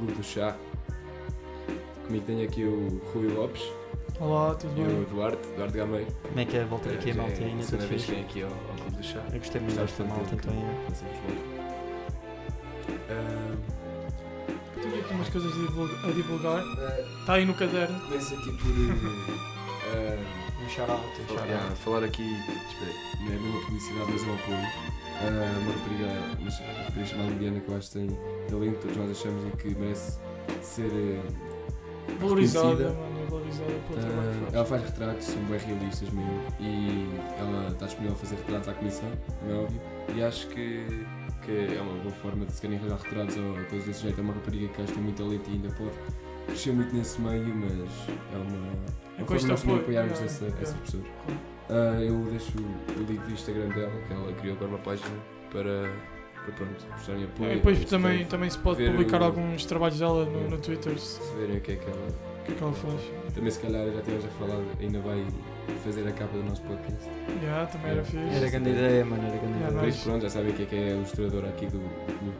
um do chá. Comigo tenho aqui o Rui Lopes Olá, tudo e o bem? Duarte, Duarte Gameiro. Como é que é? Voltei aqui a Já malta é ainda, tudo segunda vez que fixe. vem aqui ao, ao Clube do Chá. Eu gostei muito Gostaste tanto desta dele malta, então ainda. Nós somos bons. Ah, Tenho aqui umas coisas a divulgar- a divulgar. Está aí no caderno. Ah, Começo aqui por ah, Um shout-out, um Falar, yeah, shout-out. falar aqui, espera, não é bem uma publicidade, mas é um apoio. Ah, uma rapariga, uma ch- uma rapariga chamada Indiana que eu acho que tem talento, todos nós achamos e que merece ser. eh, Valorizada, Reconhecida. mano. Valorizada pelo trabalho ah, que ela faz. faz retratos, são bem realistas mesmo, e ela está disponível a fazer retratos à comissão, como é óbvio, e acho que, que é uma boa forma de se querem arranjar retratos ou coisas desse jeito. É uma rapariga que acho que tem muito talento e ainda pode crescer muito nesse meio, mas é uma. É Uma com forma de nós este também apoio, apoiarmos yeah, essa- yeah. essas pessoas. Ah, eu deixo o link do Instagram dela, que ela criou agora uma página para, para pronto, mostrarem apoio. E depois se É, também, verem- também se pode ver publicar o- alguns trabalhos dela no, no Twitter, se- Se verem o que é que ela. o que é que ela faz. Também, se calhar, já tínhamos a falar, ainda vai fazer a capa do nosso podcast. Yeah, também era fixe. Era grande ideia, mano, era grande Yeah, Por ideia. nice. isso, pronto, já sabem o que é que é a ilustradora aqui do. do...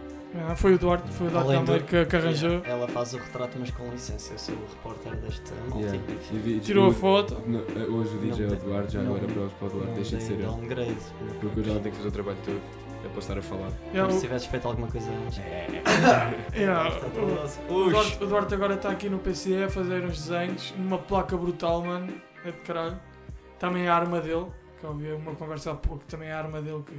Ah, foi o Duarte, foi o Duarte Além do- Gameiro que, que arranjou. Yeah, Ela faz o retrato, mas com licença. Eu sou o repórter deste Yeah. maltinho. E vi- Tirou a hoje- foto. no- eh, Hoje o DJ é o Não Eduardo, já tem- agora não- para para o Eduardo, Não deixa de dei ser ele. downgrade. Porque eu já tenho que fazer o trabalho todo, é para estar a falar. Yeah, Mas se o, É, tá tivesses feito alguma coisa antes. Tá yeah, Está o- todo osso. O Ux! Duarte, o Duarte agora está aqui no PCE a fazer uns desenhos, numa placa brutal, mano. É de caralho. Também é a arma dele, que eu ouvi uma conversa há pouco, também é a arma dele que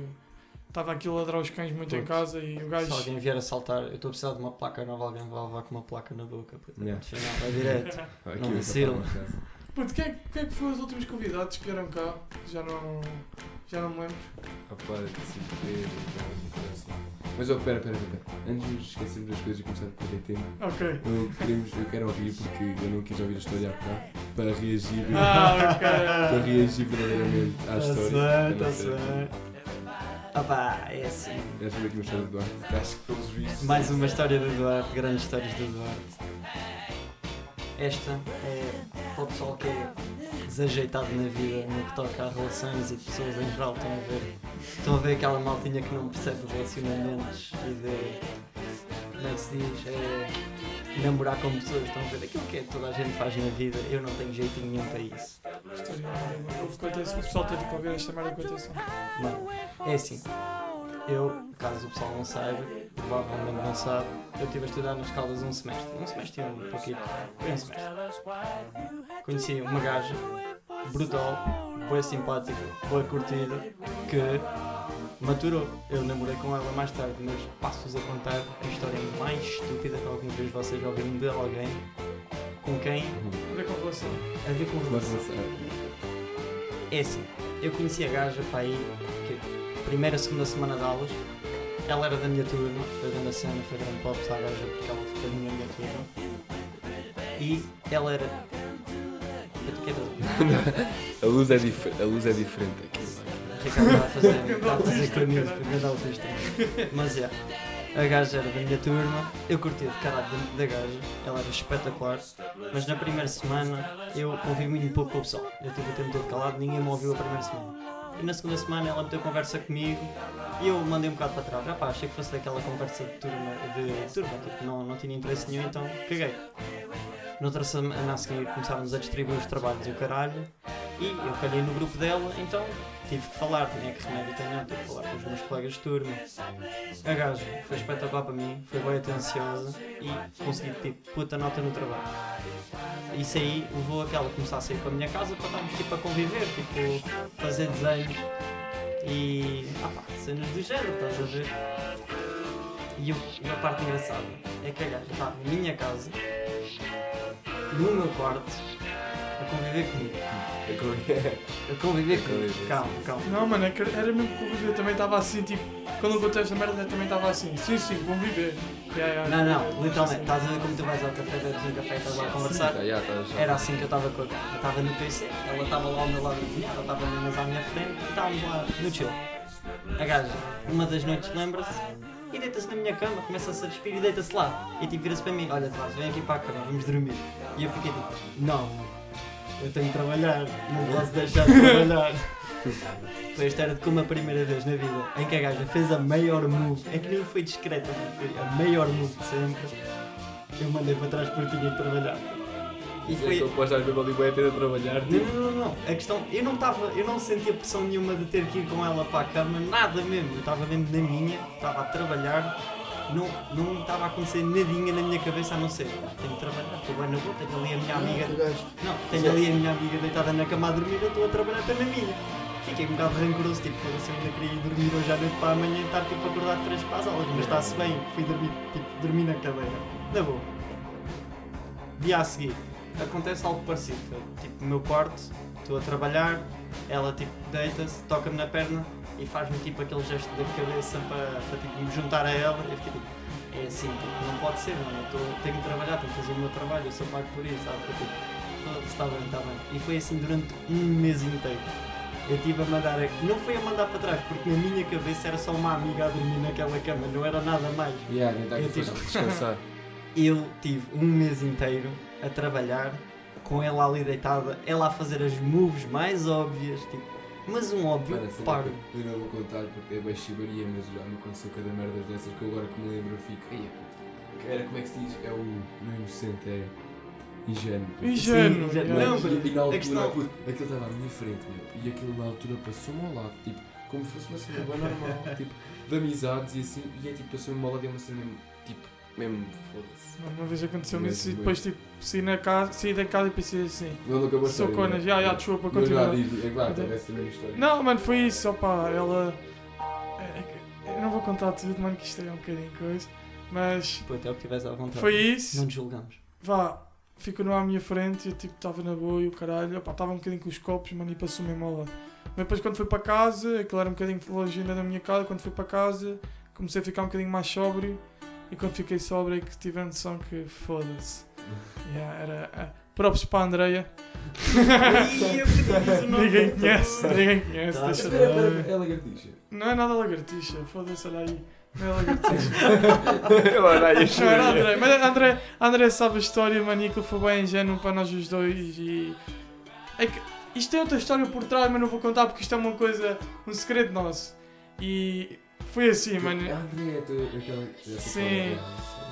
estava aqui a ladrar os cães muito em Puto. casa e o Se gajo. alguém vier a saltar, eu estou a precisar de uma placa nova, alguém vai levar com uma placa na boca. puta, Yeah. ponto Final, vai direto. Ah, Aqui Não, eu é só Ciro. falo, cara. Puto, quem é, que- quem é que foi os últimos convidados que vieram cá? Já não. Já não me lembro. Rapaz, se ver, Mas oh, pera, pera, pera. Antes de nos esquecermos das coisas e começar a perder tempo, Ok. eu, queremos, eu quero ouvir, porque eu não quis ouvir a história há bocado, para reagir, Ah, ok. para reagir verdadeiramente Tá Tá à Tá história. da nossa- Opa, é assim. Deixa eu ver aqui uma história do Duarte, que acho que pelos vistos. Mais um. uma história do Duarte, grandes histórias do Duarte. Esta é para o pessoal que é desajeitado na vida, no que toca a relações e pessoas em geral estão a ver. Estão a ver aquela maltinha que não percebe relacionamentos e de. Como é que se diz? É, namorar com pessoas, estão a ver aquilo que é que toda a gente faz na vida, eu não tenho jeitinho nenhum para isso. História, mano, houve contenção. O pessoal está tipo a ver esta merda de contenção. Mano, é assim. Eu, caso o pessoal não saiba, provavelmente não sabe, eu estive a estudar nas Caldas um semestre. Um semestre e um pouquinho. Foi um semestre. Conheci uma gaja brutal, boa simpática, boa curtida, que maturou. Eu namorei com ela mais tarde, mas passo-vos a contar a história mais estúpida que alguma vez vocês ouviram de alguém com quem Olha com relação. a ver com Uhum. Mas, relação. É assim, eu conheci a gaja para aí, que primeira, segunda semana de aulas. Ela era da minha turma, foi grande cena, foi grande pops à gaja, porque ela foi da minha turma. E ela era. Eu quero- A luz é, difer- a luz é diferente aqui. Ricardo está a fazer, está a fazer caminhos para grande autista. Mas é, a gaja era da minha turma, eu curti de caralho da- da gaja, ela era espetacular, mas na primeira semana eu ouvi muito pouco com o pessoal. Eu tive o tempo todo calado, ninguém me ouviu a primeira semana. E na segunda semana ela meteu conversa comigo e eu mandei um bocado para trás. Rapaz, achei que fosse daquela conversa de turma, de turma, tipo, não, não tinha interesse nenhum, então caguei. Noutra semana a seguir começávamos a distribuir os trabalhos e o caralho, e eu calhei no grupo dela, então tive que falar, tinha que remédio tenho, tive que falar com os meus colegas de turma. A gaja foi espetacular para mim, foi bem atenciosa e consegui tipo puta nota no trabalho. Isso aí levou a que ela começar a sair para a minha casa para estarmos tipo a conviver, tipo fazer desenhos e ah pá, cenas do género, estás a ver? E, o- e a parte engraçada é que a gaja está na minha casa, no meu quarto, a conviver comigo. É como- A conviver comigo. Conviver, Calma, calma. Não, mano, é que era mesmo que o vídeo também estava assim, tipo, quando eu contei esta merda eu também estava assim, sim, sim, vou viver. Yeah, assim. yeah. Não, não, literalmente, tá- estás a ver como tu vais ao café, bebes um café e estás lá a conversar? Tá, já, tá, já. Era assim que eu estava com a Eu estava no PC, ela estava lá ao meu lado a desenhar, ela estava mesmo à minha frente e estávamos lá no chill. A gaja, uma das noites, lembra-se e deita-se na minha cama, começa-se a despir e deita-se lá. E tipo, vira-se para mim: Olha, Tomás, vem aqui para a cama, vamos dormir. E eu fiquei tipo: Não, eu tenho que trabalhar, não posso deixar de trabalhar. Foi esta era de como a primeira vez na vida em que a gaja fez a maior move, é que nem foi discreta, mas foi a maior move de sempre. eu mandei para trás porque tinha que trabalhar. E E então foi. depois estás mesmo ali bué a ter a trabalhar, Não, tipo, não, não, não. A questão. Eu não estava. Eu não sentia pressão nenhuma de ter que ir com ela para a cama, nada mesmo. Eu estava mesmo na minha, estava a trabalhar. Não, não estava a acontecer nadinha na minha cabeça a não ser. "Ah, Tenho que trabalhar, estou bem na boa, tenho ali a minha amiga. que gajo. Não, tenho ali a minha amiga deitada na cama a dormir, eu estou a trabalhar até na minha. Fiquei um bocado rancoroso, tipo, foda-se, eu ainda queria ir dormir hoje à noite para amanhã e estar tipo acordado fresco para as aulas, mas está-se bem, fui dormir, tipo, dormi na cadeira. Na boa. Dia a seguir, acontece algo parecido, eu, tipo, no meu quarto, estou a trabalhar, ela tipo deita-se, toca-me na perna e faz-me tipo aquele gesto da cabeça para, para tipo, me juntar a ela, eu fiquei tipo, é assim, tipo, não pode ser, mano, eu tô- tenho que trabalhar, tenho que fazer o meu trabalho, eu sou pago por isso, sabe? Eu, tipo, Está bem, está bem. E foi assim durante um mês inteiro. Eu estive a mandar. a- Não foi a mandar para trás, porque na minha cabeça era só uma amiga a dormir naquela cama, não era nada mais. Yeah, tentar Eu que fosse tive- descansar. Eu tive um mês inteiro a trabalhar, com ela ali deitada, ela a fazer as moves mais óbvias, tipo. Mas um óbvio, Mano, a cena paro. que Eu não vou contar porque é bem chibaria, mas já me aconteceu cada merda dessas que eu agora que me lembro eu fico. "Ei, puto." Era como é que se diz? É o. Não é inocente, é. ingênuo. puto. Ingênuo. Sim, ingênuo. yeah. Não, Mas, e, e na altura, questão- puto, aquilo estava à minha frente, meu, e aquilo na altura passou-me ao lado, tipo, como se fosse uma cena bem normal, tipo, de amizades e assim, e é tipo, passou-me ao lado e é uma cena mesmo, tipo, mesmo, foda-se. Uma vez aconteceu-me Dois, isso e dois. depois tipo, saí, na casa, saí da casa e pensei assim. Eu nunca vou Sou saber, né? conas, já, já, desculpa, Mas já continua. diz, é claro, deve ser a mesma história. Não, mano, foi isso, opá, ela. é- é que- Eu não vou contar tudo, mano, que isto é um bocadinho coisa. Mas Pô, até o que tivesse à tá vontade. foi isso. Não te julgamos. vá, ficou à minha frente, eu tipo estava na boa e o caralho, opá, estava um bocadinho com os copos, mano, e passou mesmo ao lado. Mas depois quando fui para casa, aquilo era um bocadinho longe ainda da minha casa, quando fui para casa, comecei a ficar um bocadinho mais sóbrio, e quando fiquei sóbrio é que tive a noção que, foda-se, yeah, era... ah, Props para a Andreia. Ih, eu podia dizer o nome. ninguém conhece, ninguém conhece. Tá. deixa- Espera, espera, espera, é lagartixa. Não é nada lagartixa, foda-se, olha aí. Não é lagartixa. eu é andei a assim, Não era chorar. André, mas André, André sabe a história, mano, e aquilo foi bem ingênuo para nós os dois e. É que isto tem outra história por trás, mas não vou contar porque isto é uma coisa, um segredo nosso. E foi assim, mano. Ah, é tu- aquela- essa Sim. história,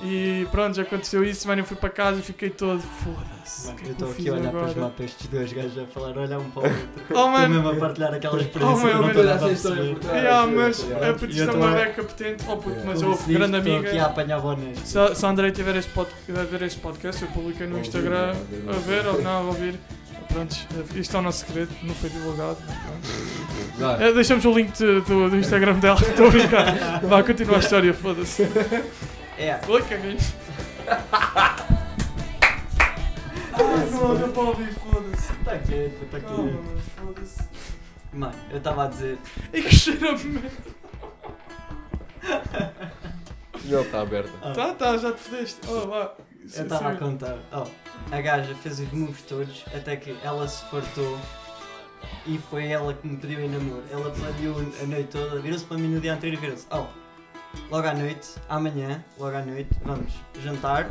E pronto, já aconteceu isso, mano, eu fui para casa e fiquei todo, foda-se. o Mano, que é eu que estou aqui fiz a olhar para os agora? mapas estes dois gajos a falar, olha um para o outro. Oh, Estou mano, mesmo a partilhar aquela Oh, meu experiência que eu não Deus. estava Essa a história perceber. por trás. yeah, mas E a petição eu é tô É, uma a- beca potente. Oh puto, Yeah. mas Tu houve decidiste, grande estou aqui a amiga. apanhar bonés. Se a, se a André tiver este, pod, a ver este podcast, eu publiquei no Ouvir, Instagram. ouvir. A ver ou não, a ouvir. Prontos, isto é o nosso segredo, não foi divulgado. Dá. É, Deixamos o link de- do, do Instagram dela, estou a brincar. Vá, continua a história, foda-se. É, Oi, Kevin. Não deu para ouvir, foda-se. está quieto, Tá está Calma, quieto. mano, foda-se. tá Mano, eu estava a dizer. E que cheiro a merda. E ele está aberto. ah, Tá, tá, já te fodeste. Oh, vá. É, eu tá estava a contar. Oh, a gaja fez os moves todos até que ela se fartou e foi ela que me pediu em namoro. Ela planeou a noite toda, virou-se para mim no dia anterior e virou-se. Oh, logo à noite, amanhã, logo à noite, vamos jantar,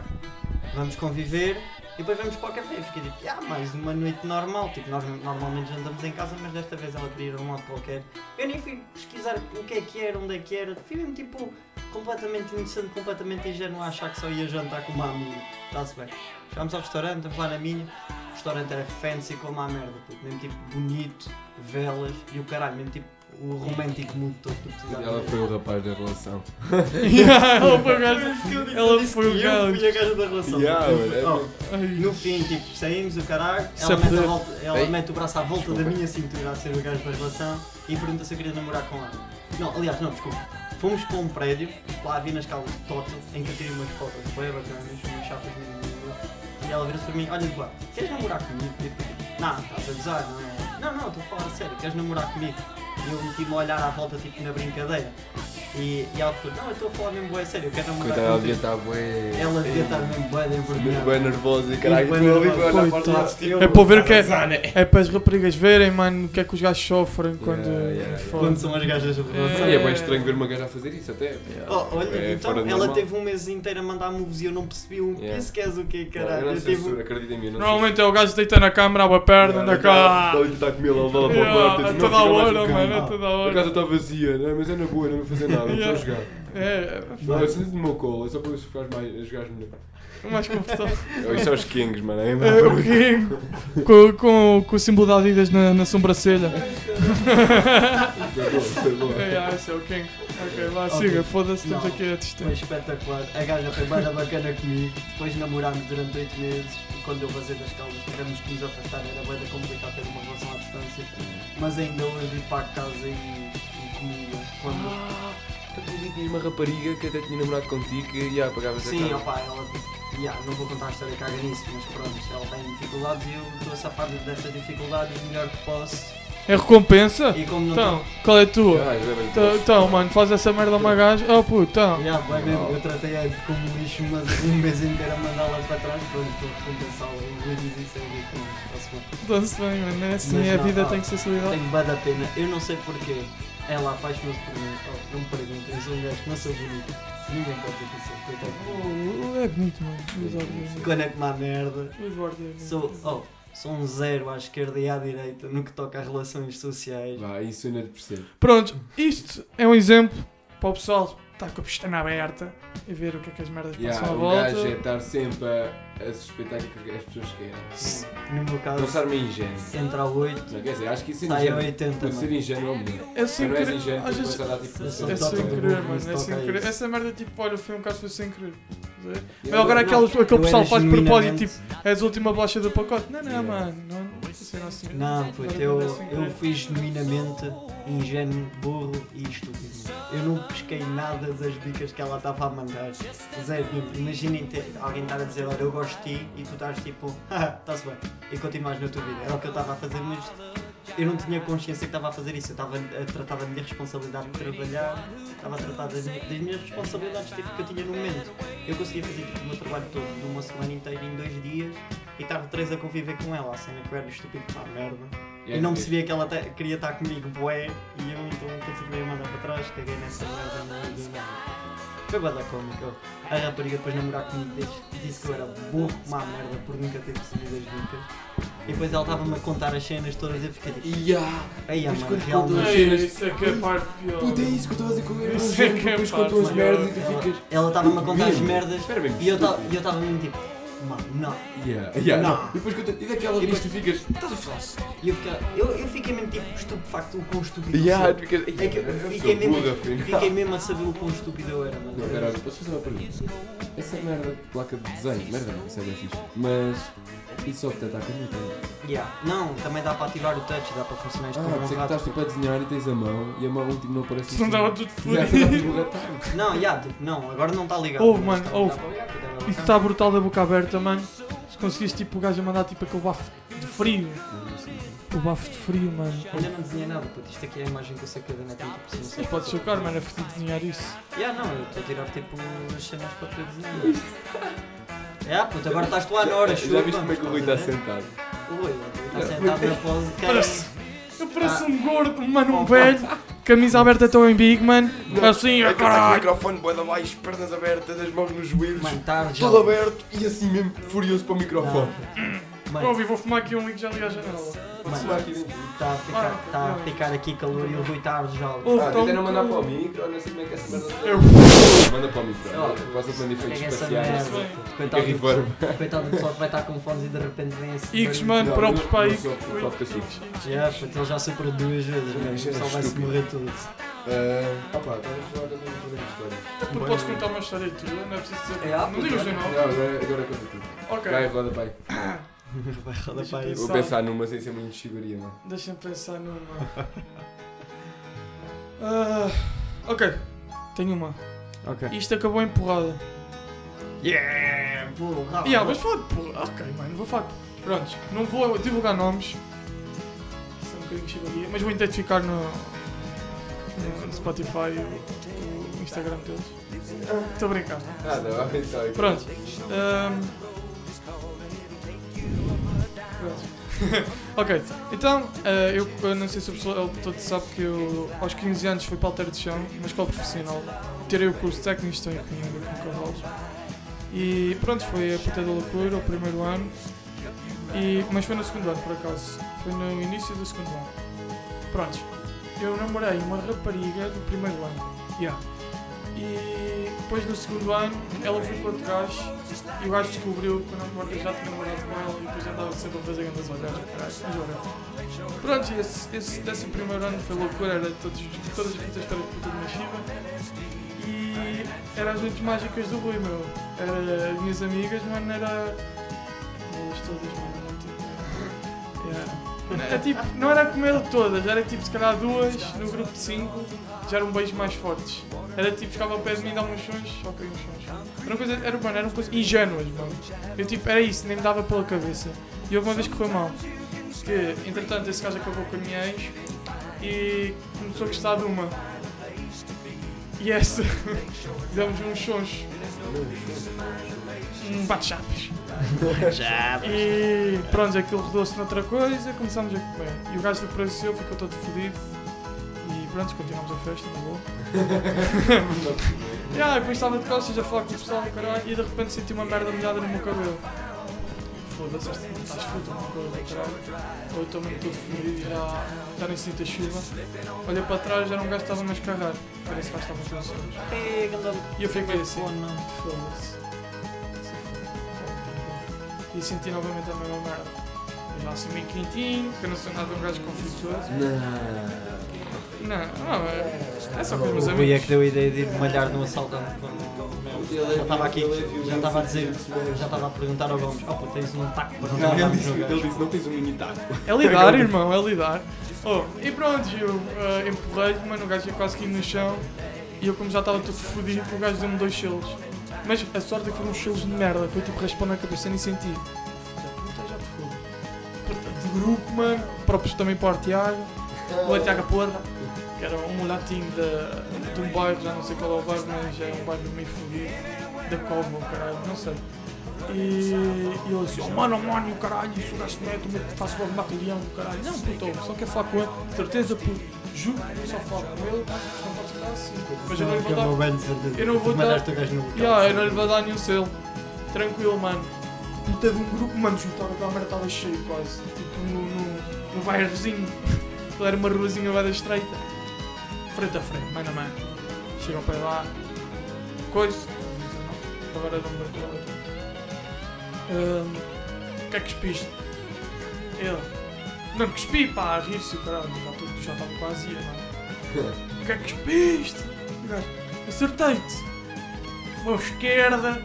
vamos conviver e depois vamos para o café. Eu Fiquei tipo, ah, mais uma noite normal. Tipo, nós normalmente jantamos em casa, mas desta vez ela queria ir a um lado qualquer. Eu nem fui pesquisar o que é que era, onde é que era. Fui mesmo tipo completamente inocente, completamente ingênuo a achar que só ia jantar com uma amiga. Está-se bem. Chegámos ao restaurante, estamos lá na minha. O restaurante era fancy como a merda, tipo, mesmo tipo bonito, velas e o caralho, mesmo tipo o romântico mundo todo que tu precisavas. Ela foi o rapaz da relação. Yeah, é ela foi o gajo. Ela Disse foi o que eu gajo. fui a gaja da relação. Yeah, Eu mano, fui- é oh, Ai, no fim, tipo, saímos o caralho, Se ela, mete, a puder- volta- ela Ei. mete o braço à volta da Desculpa. minha cintura a ser o gajo da relação e pergunta se eu queria namorar com ela. Não, aliás, não, desculpa. Fomos para um prédio, lá havia nas caldas de Toto, em que eu tirei umas fotos bem bacanas, umas chapas mesmo. E ela virou-se para mim, olha Eduardo, queres namorar comigo? E eu fiquei, não, estás a gozar, não é? Não, não, estou a falar a sério, queres namorar comigo? E eu meti-me a olhar à volta, tipo, na brincadeira. E, e ela falou, não, eu estou a falar mesmo, é sério, eu quero namorar Coitada, ela devia contigo. estar bué. Ela devia estar mesmo bem envergonhada. Bem nervosa e caralho, tu Bué ali nervosa. olha a porta Coitado. lá, tipo, É para ver o que é. É para as raparigas verem, mano, o que é que os gajos sofrem quando. yeah, yeah. foda. Quando são as gajas da relação. E é bem estranho ver uma gaja a fazer isso, até. Oh, olha, É então fora ela do normal. teve um mês inteiro a mandar moves e eu não percebi um Yeah. isso queres o quê, Eu caralho? não Eu sei tive se um- acredita em mim, eu não Normalmente é o gajo que deita na câmara, abre a perna, anda cá. Está tá com ele, ela vai lá para a Yeah, porta. A diz, "Não, fica toda mais um hora, bocado." mano, a toda A hora. casa está vazia, né? mas é na boa, não vou fazer nada. não estou a Yeah. jogar. É, Não, eu sinto no meu colo, é só para ficar mais, a jogar melhor. é mais confortável. Isso é os Kings, mano. É É, o King com, com, com o símbolo da Adidas na, na sobrancelha. Foi bom, foi bom. É, ah, esse é o King. Ok, vá, siga, foda-se, estamos Não. aqui a um- Foi testar. espetacular. A gaja foi bada bacana comigo. Depois namorámos durante 8 meses. E quando eu vazei das calmas, tivemos que nos afastar. Era bada complicado ter uma relação à distância. Mas ainda hoje ir para casa e, e comia. Ah, Quando... Tu tinhas uma rapariga que até tinha namorado contigo e já pagavas Sim, opá, ela. Yeah, não vou contar a história que caga nisso, mas pronto, ela tem dificuldades e eu estou a safar dessas dificuldades o melhor que posso. É recompensa? E como não Então, qual é a Ah, tua? já bem Então, então, mano, faz essa merda a uma gaja. Oh, puto, então. Yeah, vai mesmo, eu tratei a como lixo, mas um mês inteiro a mandá-la para trás, pronto, estou a recompensá-la. Eu vou dizer isso aqui com a semana. Dá-se bem, mano. É assim, Mas a não, vida pá. tem que ser solidária. Tenho bada pena, eu não sei porquê. Ela apaixonou-se por mim. Oh, não me perguntem, eu sou um gajo que não sou bonito. Ninguém pode ter que ser, coitado. Oh, É bonito, mano. Os guardiões. Conecto-me à merda. Os guardiões. Sou, oh, sou um zero à esquerda e à direita no que toca a relações sociais. Vá, isso eu não te percebo. Pronto, isto é um exemplo para o pessoal que está com a pistana aberta e ver o que é que as merdas Yeah, passam à o volta. gajo é estar sempre a, a suspeitar o que as pessoas querem. No meu Não caso, ser meio ingênuo. entra a 8, Não, quer dizer, acho que isso é sai a ingênuo. 80. Por ser mano. ingênuo é o melhor. É Se sem não és querer. ingênuo, Às vezes- começa a dar tipo. Eu sou É Toca sem do querer, mundo, mano. É toca sem a querer. isso. Essa merda, tipo, olha, foi um caso foi sem querer. Mas Eu- agora eu- aqueles, aquele Eu pessoal era faz de propósito, genuinamente- tipo, és a última bolacha do pacote. Não, não, Yeah. mano. Não, isso é assim. Não, puto, eu, eu fui genuinamente ingênuo, burro e estúpido. Eu não pesquei nada das dicas que ela estava a mandar. Zero, tipo, imaginem ter- alguém estar a dizer, olha, eu gosto de ti e tu estás tipo, ah, está-se bem, e continuas na tua vida. Era o que eu estava a fazer, mas eu não tinha consciência que estava a fazer isso. Eu estava a tratar da minha responsabilidade de trabalhar, estava a tratar das, mi- das minhas responsabilidades tipo, que eu tinha no momento. Eu conseguia fazer tipo, o meu trabalho todo numa semana inteira em dois dias e estava três a conviver com ela, a cena que eu era estúpido para a merda. Eu é não percebia que ela te- queria estar comigo, bué, e eu então continuei a mandar para trás, caguei nessa merda, não deu nada. Foi bada cómica. A rapariga depois de namorar comigo disse, disse que eu era burro como a merda por nunca ter percebido as dicas. E depois ela estava-me a contar as cenas todas e eu fiquei tipo, Yeah. ai, ah, Mas mano, quando realmente. contou- Ei, isso é que é a parte pior. Puta, é isso que eu estou a dizer com o Isso é que é depois pá, contam as maior. merdas e tu Ela- ficas. Ela estava-me a contar as Mesmo? merdas Espera bem, e eu ta- estúpido. e eu estava mesmo tipo, mano, não. Yeah, yeah, Não. não. E depois conta. E daquela E vez tu ficas. Estás a falar sério? E eu fiquei, eu, eu fiquei mesmo tipo estupefacto o quão estúpido eu Yeah, sou. tu ficas. É que eu Eu fiquei sou burro, mesmo, afinal. fiquei mesmo a saber o quão estúpido eu era, Oh, mano. Não, pera, olha, posso fazer uma pergunta? Essa merda de placa de desenho, merda não, isso é bem fixe. Mas. Isso só que está a caminhar. Yeah. Não, também dá para ativar o touch, dá para funcionar isto Ah, como sei um que estás rato. tipo a desenhar e tens a mão e a mão tipo não aparece. Se não assim. estava tudo Yeah, fodido. estás a bogatar. Não, yeah, tipo, não, agora não está ligado. é Ouve, mas mano, também ouve. dá para ligar, porque dá para Isso ligar. está brutal da boca aberta, mano. Se conseguiste, tipo, o gajo a mandar, tipo, aquele bafo de frio. O bafo de frio, mano. Ainda não desenhei nada, puto, isto aqui é a imagem que eu saquei da net. Tipo, assim, não sei. Mas pode chocar, é mano, a fodido desenhar isso. Yeah, não, eu estou a tirar tipo as cenas para tu desenhar. yeah, puto, agora estás tu lá na hora, chupa. Já viste como é que o tá Rui está estás a ver? sentado? O Rui, o Rui está sentado na pose de cara. Parece- Eu pareço um gordo, mano, um velho. Camisa aberta tão em big, mano. Assim, É que eu tenho o ah, caralho. microfone boa abaixo, pernas abertas, as mãos nos joelhos, Mano, tarde já. todo aberto e assim mesmo furioso para o microfone. Não. Mano, Ouvi, vou fumar aqui um e já liga à janela. Pode soar aqui dentro. Ah, Está a ficar, tá a ficar aqui calor e o Rui tá está arrojado. Ouve, um Ah, tão- tentei não mandar então. para o micro, não sei como é que é essa merda. Eu- Manda para o micro, passa para efeitos Caguei essa espaciais. merda. bem. puto. Fica Coitado do reverb. Coitado do pessoal que vai estar com fones e de repente vem esse. Icos, barulho. mano, Não, próprios não- para não Icos. sou- sou top que eu sou. Já, puto, ele já superou duas vezes, mano. O Isso é pessoal vai se estúpido. morrer tudo. Ah, pá, estás a falar da minha história. É Porque podes contar uma história tua, não é preciso dizer. É, ah, Não digas o nome. Não, agora, agora conta tudo. Ok, Vai, roda, vai. Vai roda Deixa eu para pensar. isso. Vou pensar numa sem ser muito chibaria, mano. deixa-me pensar numa. Ah, ok, tenho uma. Ok. Isto acabou em porrada. Yeah! Porra! Yeah, mas falar de porra. Ok, mano, vou falar. de- Prontos, não vou divulgar nomes. Isso é um bocadinho chibaria, mas vou identificar no, no, no Spotify o, o Instagram deles. Estou a brincar. Ah, não, vai pensar. aqui. Pronto. ahm. Pronto. ok, então ah, eu, eu não sei se o pessoal todo sabe que eu aos 15 anos fui para o Alter de Chão, uma escola profissional, tirei o curso técnico de técnico em economia com cavalos e pronto, foi a puta da loucura o primeiro ano, e, mas foi no segundo ano por acaso, foi no início do segundo ano. Pronto, eu namorei uma rapariga do primeiro ano, yeah. E depois no segundo ano ela foi com outro gajo e o gajo descobriu que eu não- que eu já tinha namorado com ela e depois andava sempre a fazer grandes olhares para gajo. Mas olha. Pronto, e esse, esse décimo primeiro ano foi loucura, era todos, todas as quintas-feiras por toda uma chiva. E eram as noites mágicas do Rui, meu. Era, as minhas amigas, mano, era. Elas todas, mano, não tipo. Yeah. É tipo, não era comer todas, era tipo se calhar duas, no grupo de cinco, já eram beijos mais fortes. Era tipo, chegava ao pé de mim, dava uns sons, só caía uns sons. Era uma coisa, era, mano, eram coisas ingênuas, mano. Eu tipo, era isso, nem me dava pela cabeça. E houve uma vez que foi mal. Que, entretanto, esse gajo acabou com a minha ex e começou a gostar de uma. E essa, demos uns sons, um bate-chapes. Já, mas- E pronto, aquilo rodou-se noutra coisa, começámos a comer. E o gajo apareceu, ficou todo fodido. E pronto, continuámos a festa, na boa. e ah, depois estava de costas a falar com o pessoal e caralho, e de repente senti uma merda molhada no meu cabelo. Foda-se, este mundo estás fudido no meu cabelo, caralho. Ou eu estou mesmo todo fodido e já, já nem sinto a chuva. Olhei para trás, era um gajo que estava a me escarrar. Parece que o gajo estava com sonos. Ei, ganda- E eu fiquei assim. Pô, não. Foda-se. E senti novamente a mesma merda. Eu já assumi quentinho, que eu não sou nada um gajo conflituoso. Não. Não, não, é, é só com os meus O Rui é que amigos. deu a ideia de ir malhar no assaltante quando já estava aqui, já estava a dizer, já estava a perguntar ao Gomes, opa, tens um taco para não Não, malhar ele no disse, ele gajo. disse, não tens um mini taco. É lidar, irmão, é lidar. Oh, e pronto, eu ah, empurrei-me, mano, o gajo ia quase que ir no chão. E eu, como já estava todo fodido, o gajo deu-me dois selos. Mas a sorte é que foram uns selos de merda, foi tipo raspão na cabeça, eu nem senti. Filho da puta, já te fogo. Portanto, de grupo, mano, próprios também para o Tiago. O Atiaga Porra, que era um mulatinho de, de um bairro, já não sei qual é o bairro, mas é um bairro meio fodido, da Cova, o caralho, não sei. E, e ele assim, oh mano, oh mano, caralho, isso o gajo mete, eu faço logo batalhão, caralho. Não, puto, só quer falar com ele, certeza, puto, juro, só falo com ele, não posso ficar assim. Mas eu não lhe vou Porque é dar o meu velho dizer, eu não vou tu dar- mandaste o gajo no local. Yeah, eu não lhe vou dar nenhum selo. Tranquilo, mano. Puta de um grupo, mano, juntava que a merda estava cheio quase. Tipo no, no, no bairrozinho. Aquilo era uma ruazinha bada estreita. Frente a frente, mano a mano. Chega ao pé lá. Coisa. Agora não me lembro. Ahm, O que é que cuspiste? Ele. Não cuspi, pá, a rir-se, o caralho. Já estou- Já estava quase a ir, mano. O que é que cuspiste? O gajo, Acertei-te mão esquerda.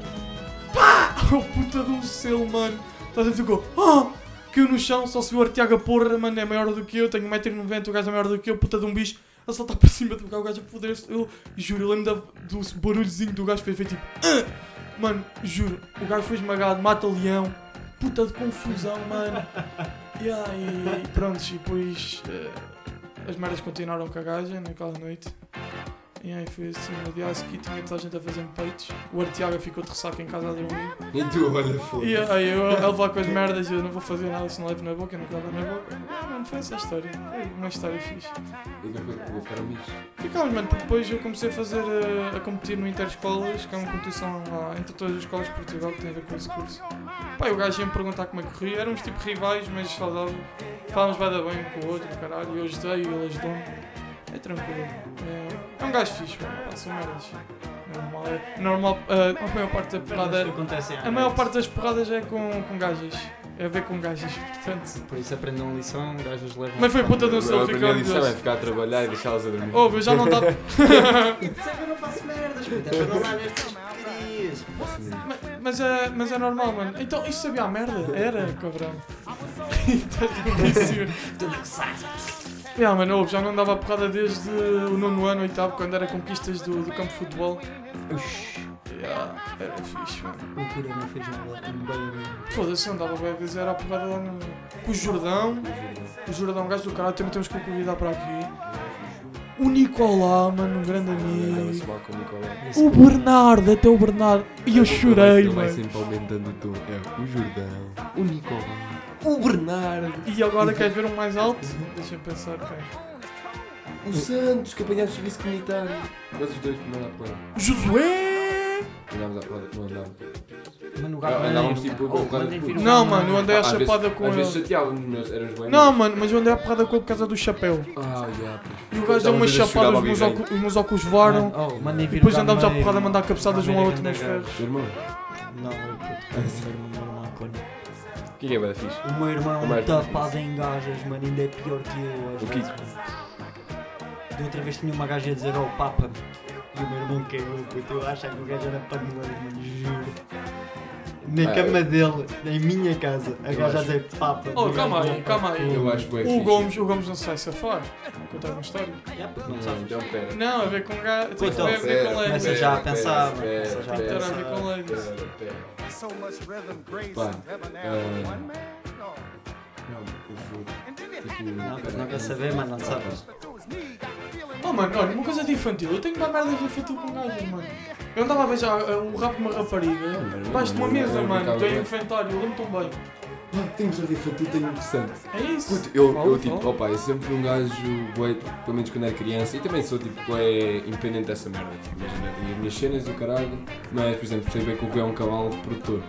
Pá! Oh, puta de um selo, mano. Estás a ver, ficou. Oh! Caiu no chão, só se viu o Artiaga Porra, mano, é maior do que eu, tenho 1,90m, o gajo é maior do que eu, puta de um bicho, a saltar para cima de um gajo a foder-se. Eu juro, eu lembro da- do barulhozinho do gajo que fez, fez tipo. "Ah!" Mano, juro, o gajo foi esmagado, mata leão, puta de confusão, mano. Yeah, e pronto, e depois eh, as merdas continuaram com a gaja naquela noite. E aí foi assim, no dia a seguir tinha toda a gente a fazer peitos. O Artiaga ficou de ressaca em casa a dormir. E tu, olha, foda E aí eu a levar com as merdas e eu não vou fazer nada se não levo na boca, eu não levo na boca. Ah, mano, foi essa a história. Foi uma história fixe. E agora vou ficar um bicho. Ficámos, mano, porque depois eu comecei a fazer, eh, a competir no Interescolas, que é uma competição lá entre todas as escolas de Portugal que tem a ver com esse curso. Pá, e o gajo ia-me perguntar como é que corria, éramos tipo rivais, mas saudáveis. Falávamos vai dar bem um com o outro, caralho, eu ajudei e ele ajudou-me. É tranquilo. É, é um gajo fixe, mano, pá, são merdas. É Normal, é, normal eh, a maior parte da porrada, Mas acontece, é, a maior parte das porradas é com, com gajas. É a ver com gajas, portanto. Por isso aprendam lição, gajos levam. Mas foi puta de um Agora selo, a ficou primeira lição é orgulhoso. ficar a trabalhar e deixá-los a dormir. Ouve, eu já não estava. Sei que eu não faço merdas, puta, para não dar estas porcarias. Ma- Mas é, mas é normal, mano. Então isso sabia a merda? Era, cabrão. Estás delícia. Tudo que sai. Yeah, mano, ouve, já não dava a porrada desde o nono ano, oitavo, quando era conquistas do, do campo de futebol. Oxi, Yeah, era fixe, mano. o cura não fez nada, um beijo. Foda-se, eu andava bem a dizer, era a porrada lá no. Com o Jordão. O Jordão, um gajo do caralho, também temos que o convidar para aqui. O Nicolau, mano, um grande Andava-se amigo. mal com o Nicolau. O Bernardo, até o Bernardo. E eu chorei, Ele vai mano. sempre aumentando o tom. É o Jordão, o Nicolau, o Bernardo, E agora queres ver um mais alto? Deixa eu pensar, quem? o Santos, que apanhámos serviço comunitário. Mas os dois primeiro à porrada. Josué! Andámos à porrada, não andámos. Mano, o gajo Ah, Andávamos maneiro, tipo. cara. Oh, com- mandem vir o Não, gajo mano, eu maneiro. andei à Às vezes- chapada com Às ele. vezes chateávamos, mas éramos bem. Não, mano, mas eu andei à porrada com ele por causa do chapéu. Ah, yeah, pois. E o gajo deu Estava uma a ver se chegava chapada, a os meus, alguém. óculos, os meus óculos voaram. Mano, oh, mandem vir o Depois gajo andámos à maneiro. porrada a mandar cabeçadas um ao outro nos Maneiro, ferros. Teu irmão. Não, um eu puto, o meu irmão não há cone. O que é que é bué da fixe? O meu irmão O mais- tapado em gajas, mano, ainda é pior que eu. às O vezes, mano. De outra vez tinha uma gaja a dizer ao Papa e o meu irmão cagou, puto. Eu achava que o gajo era paneleiro, mano, juro. Na Ah, cama dele, em minha casa, a eu gaja a acho- dizer Papa. Oh, e calma o gajo aí, é calma aí. Papa. Eu acho bem O Gomes, o Gomes não se é vai safar. Vou Contar uma história. É, puto, não Não, sabes. então pera. Não, a ver com um gajo. Tem Então, a ver com começa ladies. já a pera, pensar, mano, pera, começa já a Tem a ver pensar. com ladies. Pera, pera. So much rhythm, grace, Pá, and rhythm now eh, for one man. No. Não, eu vou. Ah, And then it Tipo, Não, puto, não quer saber, mano, não sabes. happened through his knee, got the feeling. Oh, mano, olha, uma coisa de infantil. Eu tenho que dar merda de infantil com gajas, mano. Eu andava a beijar eh, o rabo de uma rapariga. Debaixo de uma mesa, mano. Tem inventário, eu lembro tão bem. Não, tenho jardim infantil, tenho interessante. É isso. Puto, eu, Fala, eu tipo, fala. opa, eu sempre fui um gajo, bué, pelo menos quando era criança, e também sou tipo, bué, independente dessa merda, tipo, imagina, tinha as minhas cenas e o caralho, mas, por exemplo, sei bem que o Gui é um cavalo produtor.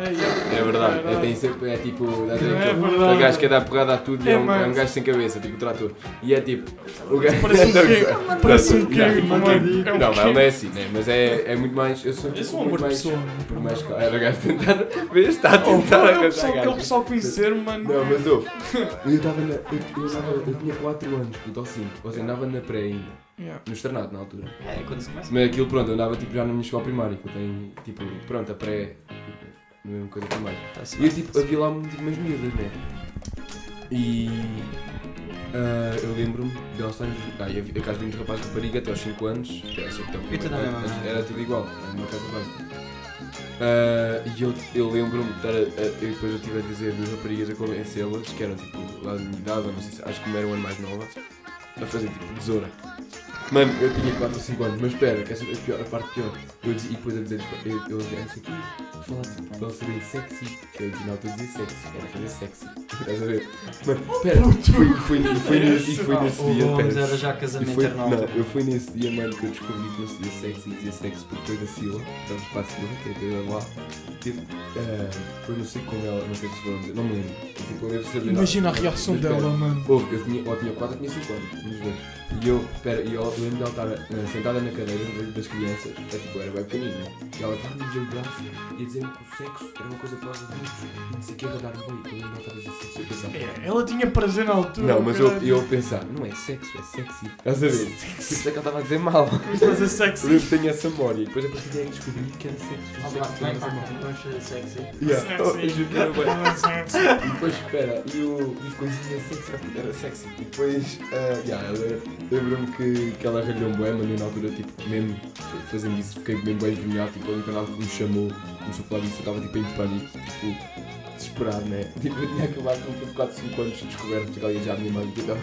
É verdade, é, tem sempre, é tipo, é, É aquele, verdade. aquele gajo que dá porrada a tudo e É, é, um, é um mano. gajo sem cabeça, tipo trator. E é tipo, o gajo. Parece um Não, quê? Parece um não, quê? tipo, mano? É um Não, mas quê? ele não é assim, né? Mas é, é muito mais. Eu sou Eu tipo, sou um amor muito de mais. pessoa. Por mano. mais que. Era o gajo tentar. Vês? Está a Oh, tentar mano, é o alcançar pessoal- é o gajo. pessoal conhecer, mano. Não, mas ouve. Eu estava na. Eu, eu, estava- eu tinha 4 anos, puto, ou 5. Ou seja, andava na pré ainda. Yeah. No externato, na altura. É, quando se começa. Mas aquilo, pronto, eu andava tipo já na minha escola primária, que eu tenho, tipo, pronto, a pré. Tipo, a mesma coisa primária. tá-se E eu bem. tipo, havia lá muito umas miúdas, né? E ah, eu lembro-me de elas estarem. Ah, e havia- a casa de um rapaz de rapariga até aos 5 anos, que era só que E tu também, mamãe? era tudo igual, era uma casa básica. Ah, e eu, eu lembro-me de estar a, a- eu depois eu estive a dizer duas raparigas a convencê-las, que eram tipo lá da minha idade, ou não sei se, acho que uma era um ano mais nova, a fazer tipo tesoura. Mano, eu tinha 4 ou 5 anos, mas espera, que essa é a, pior, a parte pior. Eu dizia, e depois a dizer, eu, eu dizia, isso aqui, falar tipo, para serem sexy. Que eu dizia, não, estou a dizer sexy, era fazer sexy. Estás a ver? Mano, espera, fui, fui, fui, fui, nesse- e fui Ah, nesse o dia, Gomes pera. era já E casamento foi, internauta. não, eu fui nesse dia, mano, hein, que eu descobri que não se dizia sexy, dizia sexo por depois da Sila, estamos para a Sila, que é aquele lá. Tipo, ah, foi não sei como ela, não sei se foi, não me lembro. Tipo, eu devo saber. Imagina a não. reação Mas, espera. dela, mano. Houve, eu tinha, ou tinha 4 ou tinha 5 anos, um dos dois. E eu, pera, e eu lembro dela estar eh, sentada na cadeira no meio das crianças, é tipo, era bem pequenina. E ela estava nos dois braços e a dizer-me que o sexo era uma coisa para os adultos e não sei o que, era dar um beijo. Eu lembro dela estar a dizer sexo. Eu pensava, É, Ela tinha prazer na altura. não, mas eu, caralho. eu pensar, não é sexo, é sexy. Estás a ver? Por isso é que ela estava a dizer mal. Vamos fazer Eu sexy. lembro que tenho essa memória e depois a partir daí descobri que era sexo. sexo, Ah, vai, era vai, essa vai, vamos fazer sexy. Yeah. Oh, eu juro que era bué. Sexy. E depois, espera, e o e assim coisinha sexy era- era sexy. E depois, ah, yeah, ela- lembro-me que, que ela arranjou um bué, mas eu na altura, tipo, mesmo fazendo isso, fiquei mesmo bem vinhado. Tipo, quando ela me chamou, começou a falar disso, eu estava tipo em pânico, tipo, desesperado, né? Tipo, eu tinha acabado com tipo, 4, 5 anos de descoberto, porque ela ia já a minha mãe, tipo, ela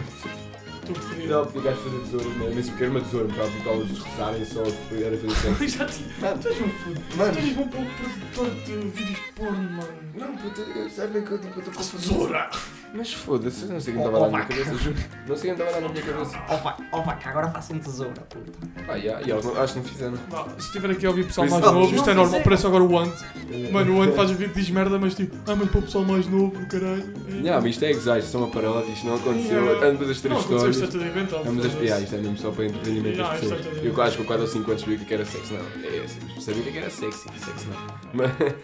Tu Não, porque o gajo fazer tesouro, né? mesmo que era uma tesoura, para tipo, elas roçarem só, era fazer sexo. fodido. Já te- Mano, Tu és um fudido. Tu mano, és um bom produtor de vídeos porno, mano. não, puta, eu- sabem que eu tipo, eu estou confundido. Tesoura! Mas foda-se, eu não sei quem Oh, estava lá na minha cabeça, juro. Não sei quem estava lá na minha cabeça. Ó vai, ó vaca, agora faça um tesouro, puta. Ah, yeah, yeah, não- acho que não fizeram. Vá, Se estiver aqui a ouvir pessoal Por mais isso- É. novo, Não, isto é não normal, fizeram. parece agora o Ant. Mano, o Ant faz o vídeo diz merda, mas tipo, ah, mas para o pessoal mais novo, caralho. Não, mas isto é exagero, isto é uma paródia, isto não aconteceu. Yeah. Ambas as três Não, aconteceu, isto é histórias. tudo inventado. Ambas as foda-se. piadas, isto é mesmo só para entretenimento Yeah, das isto é pessoas. tudo Eu acho que com 4 ou 5 anos sabia o que era sexo, não. É, eu sabia o que era sexo, sexo não. Mas,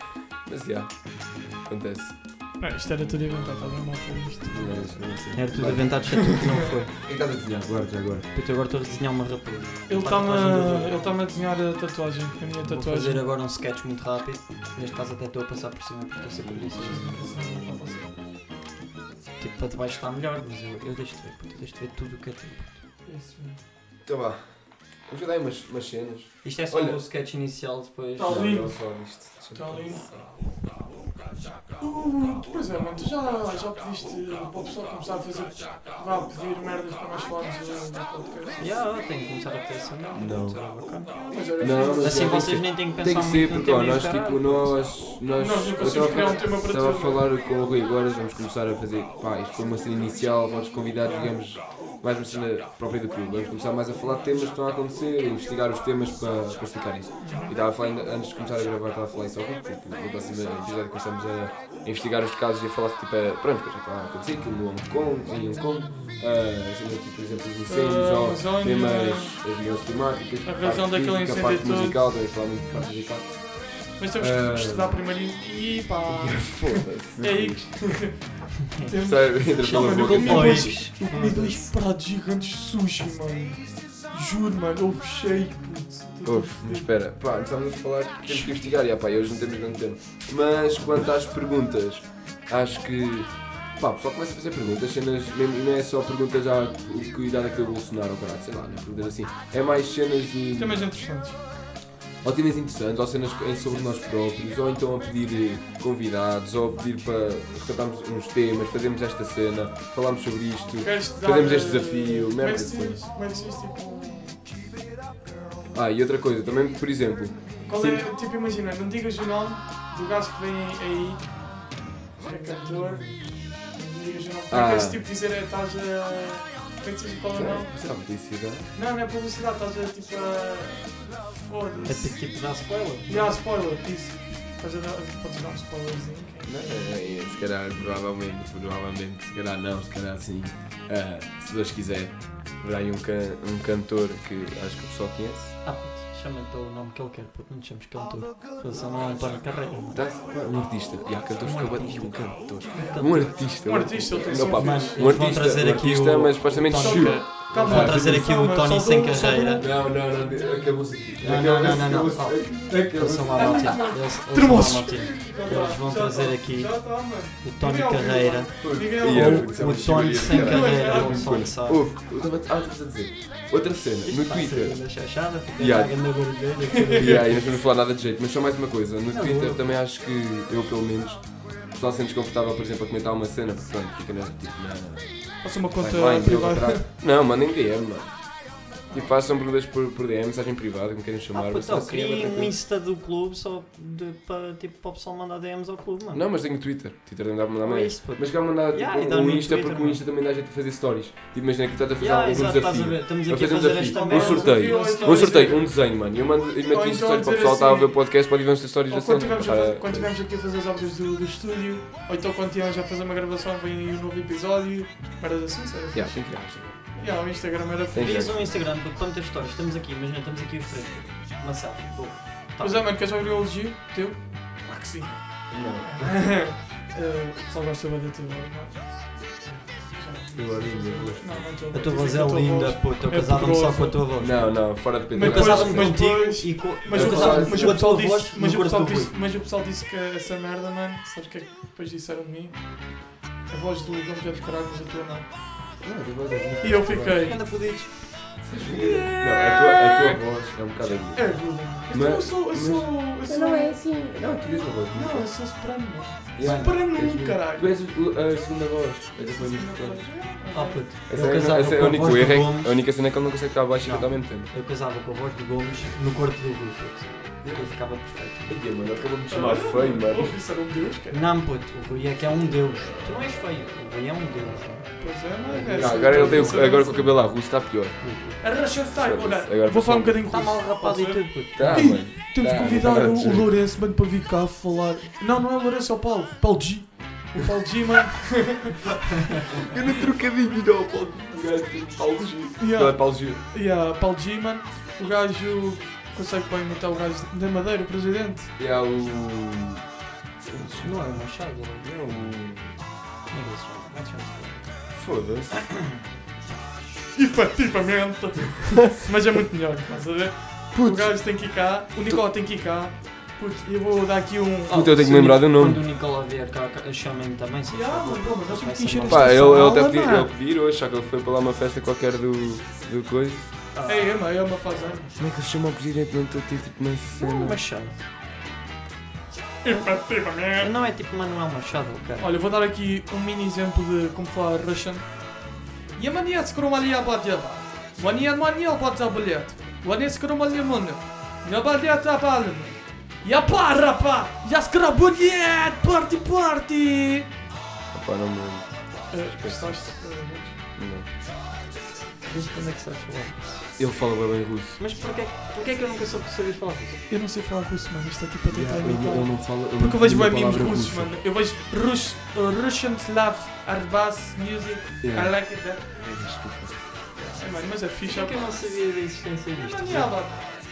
mas, yeah, acontece. Não, Ah, isto era tudo inventado, estava mal para isto. Mas, não sei. Era É tudo Vai. inventado, exceto o que não foi. O que é que estás a desenhar agora, já agora? Puta, agora estou a desenhar uma rapariga. Ele Uma está-me tatuagem a- do- ele está-me a desenhar a tatuagem, a minha Vou fazer tatuagem. agora um sketch muito rápido. Neste caso até estou a passar por cima porque estou sempre disso. Tipo, para debaixo está melhor, mas eu, eu deixo-te ver, puta, eu deixo-te ver tudo o que é tudo. Isso, mano. Então vá. Vamos já dar aí umas, umas cenas. Isto é só Olha. o sketch inicial, depois... Tá Não, lindo. Tá não só isto. Está ali. Uh, pois é, mano, tu já, já pediste para o pessoal começar a fazer. Vá pedir merdas para mais fortes do podcast. Já, eu tenho que começar a assim, pensar. Não. Mas olha, Não, mas já Assim tem vocês que nem têm que ser. pensar Tem que ser, muito no porque ó, tema e nós, o tipo, caralho. nós. Nós. Nós não eu conseguimos estava- criar um tema para Estava a tudo. falar com o Rui agora, vamos começar a fazer. Pá, isto foi uma cena inicial, vamos convidar, digamos, mais uma cena própria da Pula. Vamos começar mais a falar de temas que estão a acontecer, investigar os temas para, para explicar isso. E estava a falar, ainda- antes de começar a gravar, estava a falar isso ao Rico, porque tipo, no próximo episódio começamos a investigar os casos e a falar tipo, a, pronto, que já está a acontecer, aquilo no Hong Kong, em Hong Kong, ah, cenas tipo, por exemplo, os incêndios, Ah, ou Amazónia. temas, as mudanças climáticas, A razão parte daquele física, incêndio a parte todo. É musical, também falar muito de parte musical. Mas temos Ah. que estudar primeiro e. e pá! Foda-se. É aí que. temos. Sabe, entra Não, pela mano, eu boca. comi tipo, Pois. dois, eu comi dois pratos gigantes de sushi, mano. Juro, mano, houve cheio, puto. Uf, mas espera, pá, estávamos a falar que temos que investigar, e ah, pá, hoje não temos grande tempo. Mas quanto às perguntas, acho que. Pá, o pessoal começa a fazer perguntas, cenas, mesmo- não é só perguntas a o que idade é que deu o Bolsonaro ou caralho, sei lá, né? Perguntas assim. É mais cenas de. Temas interessantes. Ou temas interessantes, ou cenas em- sobre nós próprios, ou então a pedir eh, convidados, ou a pedir para tratarmos uns temas, fazermos esta cena, falarmos sobre isto. Queres dar, Fazemos este eh, desafio, como é merda que se diz? assim. Como é que se diz, tipo. Ah, e outra coisa, também, por exemplo, Qual Sim. é, tipo, imagina, não digas o nome do gajo que vem aí, que é cantor, não digas o nome. Ah. Queres tipo dizer, eh, estás a. Como é que se diz qual é o nome? Será publicidade? Não, não é publicidade, estás a tipo a. É Foda-se. tipo, tipo dar spoiler. Já, spoiler, isso. Estás a dar. Podes dar um spoilerzinho. Não, é, é, se calhar, provavelmente, provavelmente, se calhar não, se calhar sim. Ah, se Deus quiser, haverá aí um, can- um cantor que acho que o pessoal conhece. Ah, puto, chama-lhe pelo nome que é ele quer, puto, não te chames cantor. Pô, Só não é um plano de carreira, mano. Tá, um artista. E há cantores que acabam de um cantor. Cantor. Um artista. Um artista, ele tem Não, pá, sempre- Mano, um Eles eles vão artista, trazer um aqui artista, o. mas supostamente o Tony- juro. Calma, Vão calma, trazer aqui o calma, Tony só sem dou- um, só carreira. dou- Não, não, não, acabou-se aqui. Não, não, não, não, não. Acabou-se, Calma. Eles acabou-se. são lá tipo, Calma. maltinho. Eles- eles são Tremoços. lá maltinho. Já tá, Eles vão já trazer tá, aqui Já está, mano. O Tony Carreira. Miguel, E é, eu- O o Tony sem Caralho. carreira. Ouve, Ele só me sabe. Ouve, eu estava ah, estava a dizer. Outra cena, no Twitter. Yeah. E Twitter. aí, nós não vamos falar nada de jeito, mas só mais uma coisa. No Não, Twitter eu- também acho que eu, pelo menos, o pessoal se sente desconfortável, por exemplo, a comentar uma cena, porque pronto, fica na, tipo, na Faça uma conta timeline, pelo privada. contrário. Não, mandem DM, mano. Tipo, façam perguntas por, por DM, mensagem privada, me querem chamar. Ah, mas puto, eu assim, é bem criei um tranquilo. Insta do clube só de- para tipo, para o pessoal mandar DMs ao clube, mano. não, mas tenho Twitter. Twitter também dá para mandar Não é mais. isso, puto. Mas cá mandar Yeah, e tipo, dá um no Insta, Twitter, porque o mano. Insta também dá jeito a fazer stories. Tipo, imagina que estás a fazer Yeah, algum exato, estás a desafio. ver. Estamos Vou aqui a fazer um fazer desafio. esta Um merda. sorteio. Ou então Um dizer- sorteio, um desenho, mano. Eu mando e Ou meto isto então stories para o dizer pessoal estar a ver assim- o podcast, pode ver stories da Ou quando cena. Ah, estivermos a Para- fazer- quando estivermos aqui a fazer as obras do, do estúdio, ou então quando estivermos a fazer uma gravação, vem aí um novo episódio. Para assim, sério. Yeah, tem que dar. Yeah, o Instagram era Tem fixe. Crias um Instagram puto, para meter stories. Estamos aqui, imagina, estamos aqui os três. Uma selfie. Pô, tá. Mas é, mano, queres ouvir o elogio teu? Claro que sim. Não. Eh, O pessoal gosta bem da tua voz, não é? Eu adoro a minha voz. Não, não estou A tua voz é linda, puto. Eu É casava-me só poderosa. com a tua voz. Não, não, fora de Pedro. Eu Mas depois- casava-me mas depois- contigo e com Eu Mas o eu pessoal- casava-me mas casava-me com o a tua pessoal voz disse- mas no o corpo pessoal do Rui. disse- mas o pessoal disse que essa merda, mano, sabes o que é que depois disseram de mim? A voz do Gomes é de caralho, mas a tua não. E eu fiquei. Anda fodidos. Não, a é tua, a tua voz é um bocado É aguda. aguda. Mas- Mas eu sou. Eu mas- sou. Eu sou. Não é assim. Não, tu tens uma voz. Não, eu sou soprano. mano. Yeah. Soprano, Tens mesmo. caralho. Tu és o- a segunda voz. É depois disso, claro. Ah, Não, puto. Essa Eu é- casava Esse é o com a único voz do erro. é que- Gomes. A única cena é que ele não consegue estar baixo e Não. cantar ao mesmo tempo. Eu casava com a voz do Gomes no corpo do Rui, puto. Eu ficava perfeito. Ai, mano, acabou-me de chamar feio, Ah, mano. Isso era um deus, cara. Não, puto, o Rui é que é um deus. Tu não és feio, o Rui é um deus. mano. Pois é, mano. é Não, assim, agora ele tem isso é o- agora com o assim. cabelo à russo está pior. Arrasta-se, tá, Foda-se, olha, agora Vou falar pessoal- um bocadinho com Está Tá mal rapado e tudo, puto. Tá, Ih, mano. Temos Tá, de convidar tá, o, tá. o Lourenço, mano, para vir cá falar. Não, não é o Lourenço, é o Paulo. Paulo G. O Paulo G, mano. Eu não trocadinho, não, Paulo. O gajo tem Paulo Gil. Ele é Yeah, Paulo Gil. yeah, Paulo G, mano. O gajo consegue bem imitar o gajo da Madeira, o presidente. E há o. Não é o Machado, não Não, o- é isso, não é isso. Foda-se. Efetivamente. Mas é muito melhor, estás a ver? O gajo tem que ir cá, o Nicolau tem que ir cá. Puto, eu vou dar aqui um. Puta, eu tenho que lembrar do nome. Quando o Nicolau vier cá, chamem-me também, se Yeah, mas, bro, mas nós temos que encher Pá, Esta ele, ele até sala, pediu, mano. ele pediu hoje, só que ele foi para lá uma festa qualquer do, do coisa. Ah. É, é, uma- é uma fazenda. Como é que ele chama o presidente? Não estou a ter tipo uma cena. é Machado. Efetivamente. Não é tipo Manuel Machado, cara. Olha, vou dar aqui um mini exemplo de como falar Russian. Я мне скромали обладела. Мне мне обладаболет. Мне скромали мне. Не болет обален. Я пара па. Я скробулет. Парти парти. Pá, não me. Gostaste? Não. Desde quando é que sabes falar russo? Ele fala bué bem russo. Mas porquê, porquê é que eu nunca soube que sabias falar russo? Eu não sei falar russo, mano. Isto é tipo a tentar Yeah, ele, imitar. ele não fala. ele não Porque eu vejo diz a bem mimos palavra russos, russa. mano. Eu vejo Rus, uh, Russian Slav Arbas Music. I Yeah. like it that. É estúpido. É, mano, mas é fixe. Porquê é que eu não sabia da existência disto?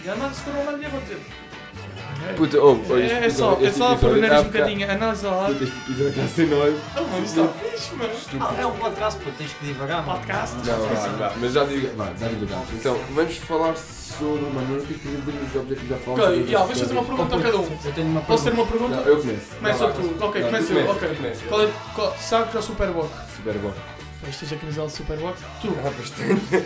Я надо скоро на небо Puta, oh, olha, É este só, episódio- é este só episódio promenar tá um bocadinho. Analisar. Este tipo episódio está a ser nóis. Ah, mano, isto está fixe, mano. Ah, é um podcast, pô, tens que divagar. mano. Podcast. Não, vá, vá, mas já digo, vá, já digo, vá. Então, vamos falar sobre uma maneira que os objetivos já falam. Ok, já, vamos fazer uma pergunta a cada um. Eu tenho uma Posso ter pergunta. uma Não, pergunta? eu começo. Começa Vá, vá, tu. Ok, Não, começa tu eu. começas, Ok. tu começas. Qual é, qual, saco já Superbock? Super bom. Este já camisela de Superbock. Tu, Ah,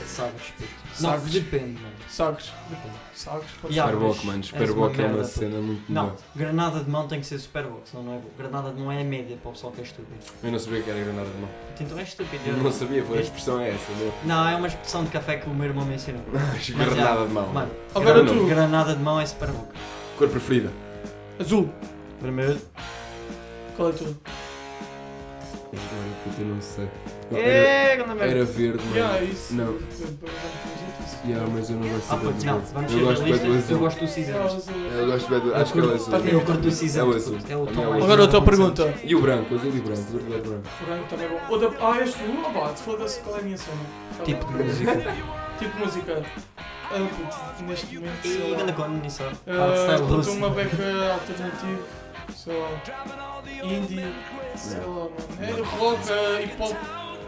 Sabes, puto. Não, Sabes. depende, mano. Sagres. Depende. Sagres, pode Yeah. ser. Superbock, mano, És uma Superbock é uma merda, cena muito Não, boa. granada de mão tem que ser super boa, senão não é boa. Granada de mão é a média para o pessoal que é estúpido. Eu não sabia que era granada de mão. Então é estúpido. Eu eu- não sabia, foi a expressão é essa, não? Não, é uma expressão de café que o meu irmão me ensinou. Mas Granada de mão. Mano, Agora granada, tu. granada de mão é super boa. Cor preferida. Azul. Primeiro. Qual é tu? Agora, puta, eu não sei. Não, Era, É, grande merda. era verde, mano. Yeah, é isso. Não. Yeah, mas eu não gosto Ah, de putz, verde, não, mano. vamos Eu gosto ser de assim. realistas. Eu azul. gosto do cinzento. Eu gosto de azul. Acho que ele é azul. Tá bem. Eu curto o É o cinzento. azul. puto, É o A tom minha mais. Agora a tua pergunta. E o branco, azul e branco, azul e branco. Frango também é bom. Ou da... Ah, és tu? Ah, pá, foda-se, qual é a minha cena? Sabe? Tipo de música. Tipo de música. Ah, puto, neste momento, sei E lá. ganda cone, isso. Art Ah, style puto, russo. uma beca alternativa, sei lá. Indie, sei lá, mano. É rock, ah, hip hop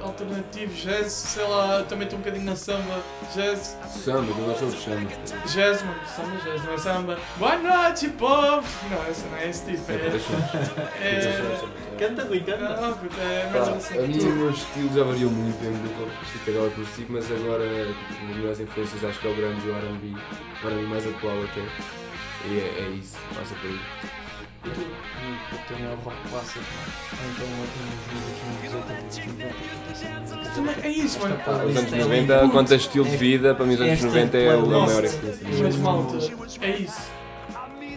alternativo, jazz, sei lá. Também estou um bocadinho na samba, jazz. Samba, eu gosto de samba. Jazz, mano, samba jazz, não é samba. Boa noite, povo! Não, essa não é esse tipo, É, é. deixa é... eu- Canta, Rui, canta. Ah, puta, é mais ou menos Pá, A assim. mim o meu estilo já variou muito dentro do pop que cagava por si, mas agora tipo, as melhores influências acho que é o grande e o R&B, o R&B mais atual até. E é, é isso, passa por aí. E tu? Hum, puto, é o meu rock clássico. Ou então eu tenho uns 80, uns 90. Também É isso, mano. Pá, os anos Isso é 90, lindo. quanto a estilo de É- vida, para mim os anos esta 90 é a playlist. maior influência. Mas malta, é isso.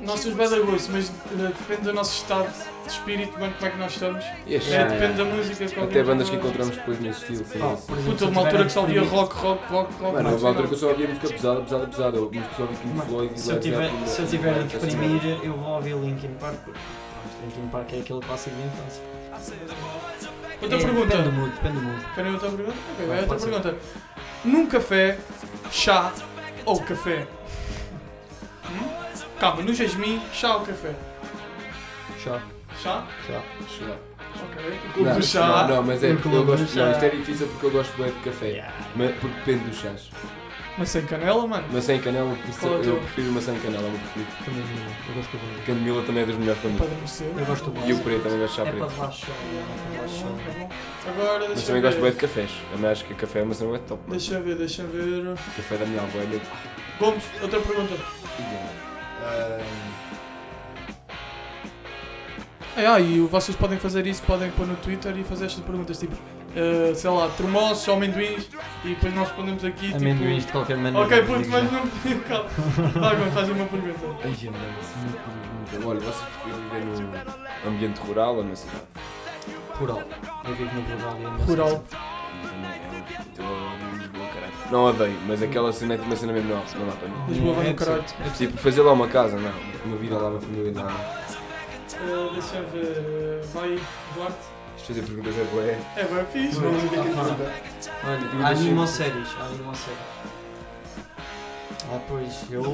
Nós somos bad gosto, mas eh, depende do nosso estado de espírito, mano, como é que nós estamos. E é É, chato. depende da música. que alguém Até bandas que toca. encontramos depois nesse estilo, sim. Ah, isso. por exemplo, Puta, se houve uma eu altura que tiver só ouvia deprimido- rock, rock, rock, rock. Mano, houve uma altura que eu eu só ouvia música pesada, pesada, pesada. Eu música só ouvia King Floyd e Se eu Led tiver, Zeppelin, assim, se eu tiver a essa cena. deprimir, eu vou ouvir Linkin Park. porque, pronto, Linkin Park é aquele clássico de infância. Outra É, Depende do pergunta. mood, depende do mood. Querem outra pergunta? Ok, vai, Pode outra ser. pergunta. Num café, chá ou café? Hum? Calma, no jasmim, chá ou café? Chá, Chá? chá. Chá. Ok. O clube assim, Não, do chá. não, não, mas é No porque clube eu do gosto. Não, chá. isto é difícil porque eu gosto bem de É, café. Mas, porque depende dos chás. Mas sem canela, mano. Maçã e canela, Qual é o eu, teu? prefiro maçã e canela, é o meu preferido. Também não, eu gosto do A bom. Camomila também é dos melhores para Para mim. adormecer. Eu gosto do bom. E o preto, também gosto de chá É para preto. baixo. É para baixo. Agora Mas deixa eu também gosto bem ver. de cafés. Também acho que café é uma cena bué top. mano. Deixa eu ver, deixa eu ver. Café da minha avó é meu. Gomes, outra pergunta. Ah. É, ah, e vocês podem fazer isso, podem pôr no Twitter e fazer estas perguntas tipo, eh, sei lá, termoços ou amendoins e depois nós respondemos aqui tipo. Amendoins de qualquer maneira. Ok, digo puto, já. mas não me calma. Tá, Gomes, faz uma pergunta. Ai, mano, isso é uma pergunta. Olha, vocês preferem viver num ambiente rural ou na cidade? Rural. Eu vivo no rural e é Rural. é, Eu odeio Lisboa, caralho. Não odeio, mas aquela cena é tipo uma cena mesmo nossa, não dá para mim. Lisboa É vai no caralho. Tipo, fazer lá uma casa, não. Uma vida lá, uma família lá. Eh, deixa eu ver. eh, vai, Duarte. Isto fazer perguntas é boé. É, vai fixe. Não, mano. Olha, há anime ou séries? Há anime ou séries? Ah, pois, eu, É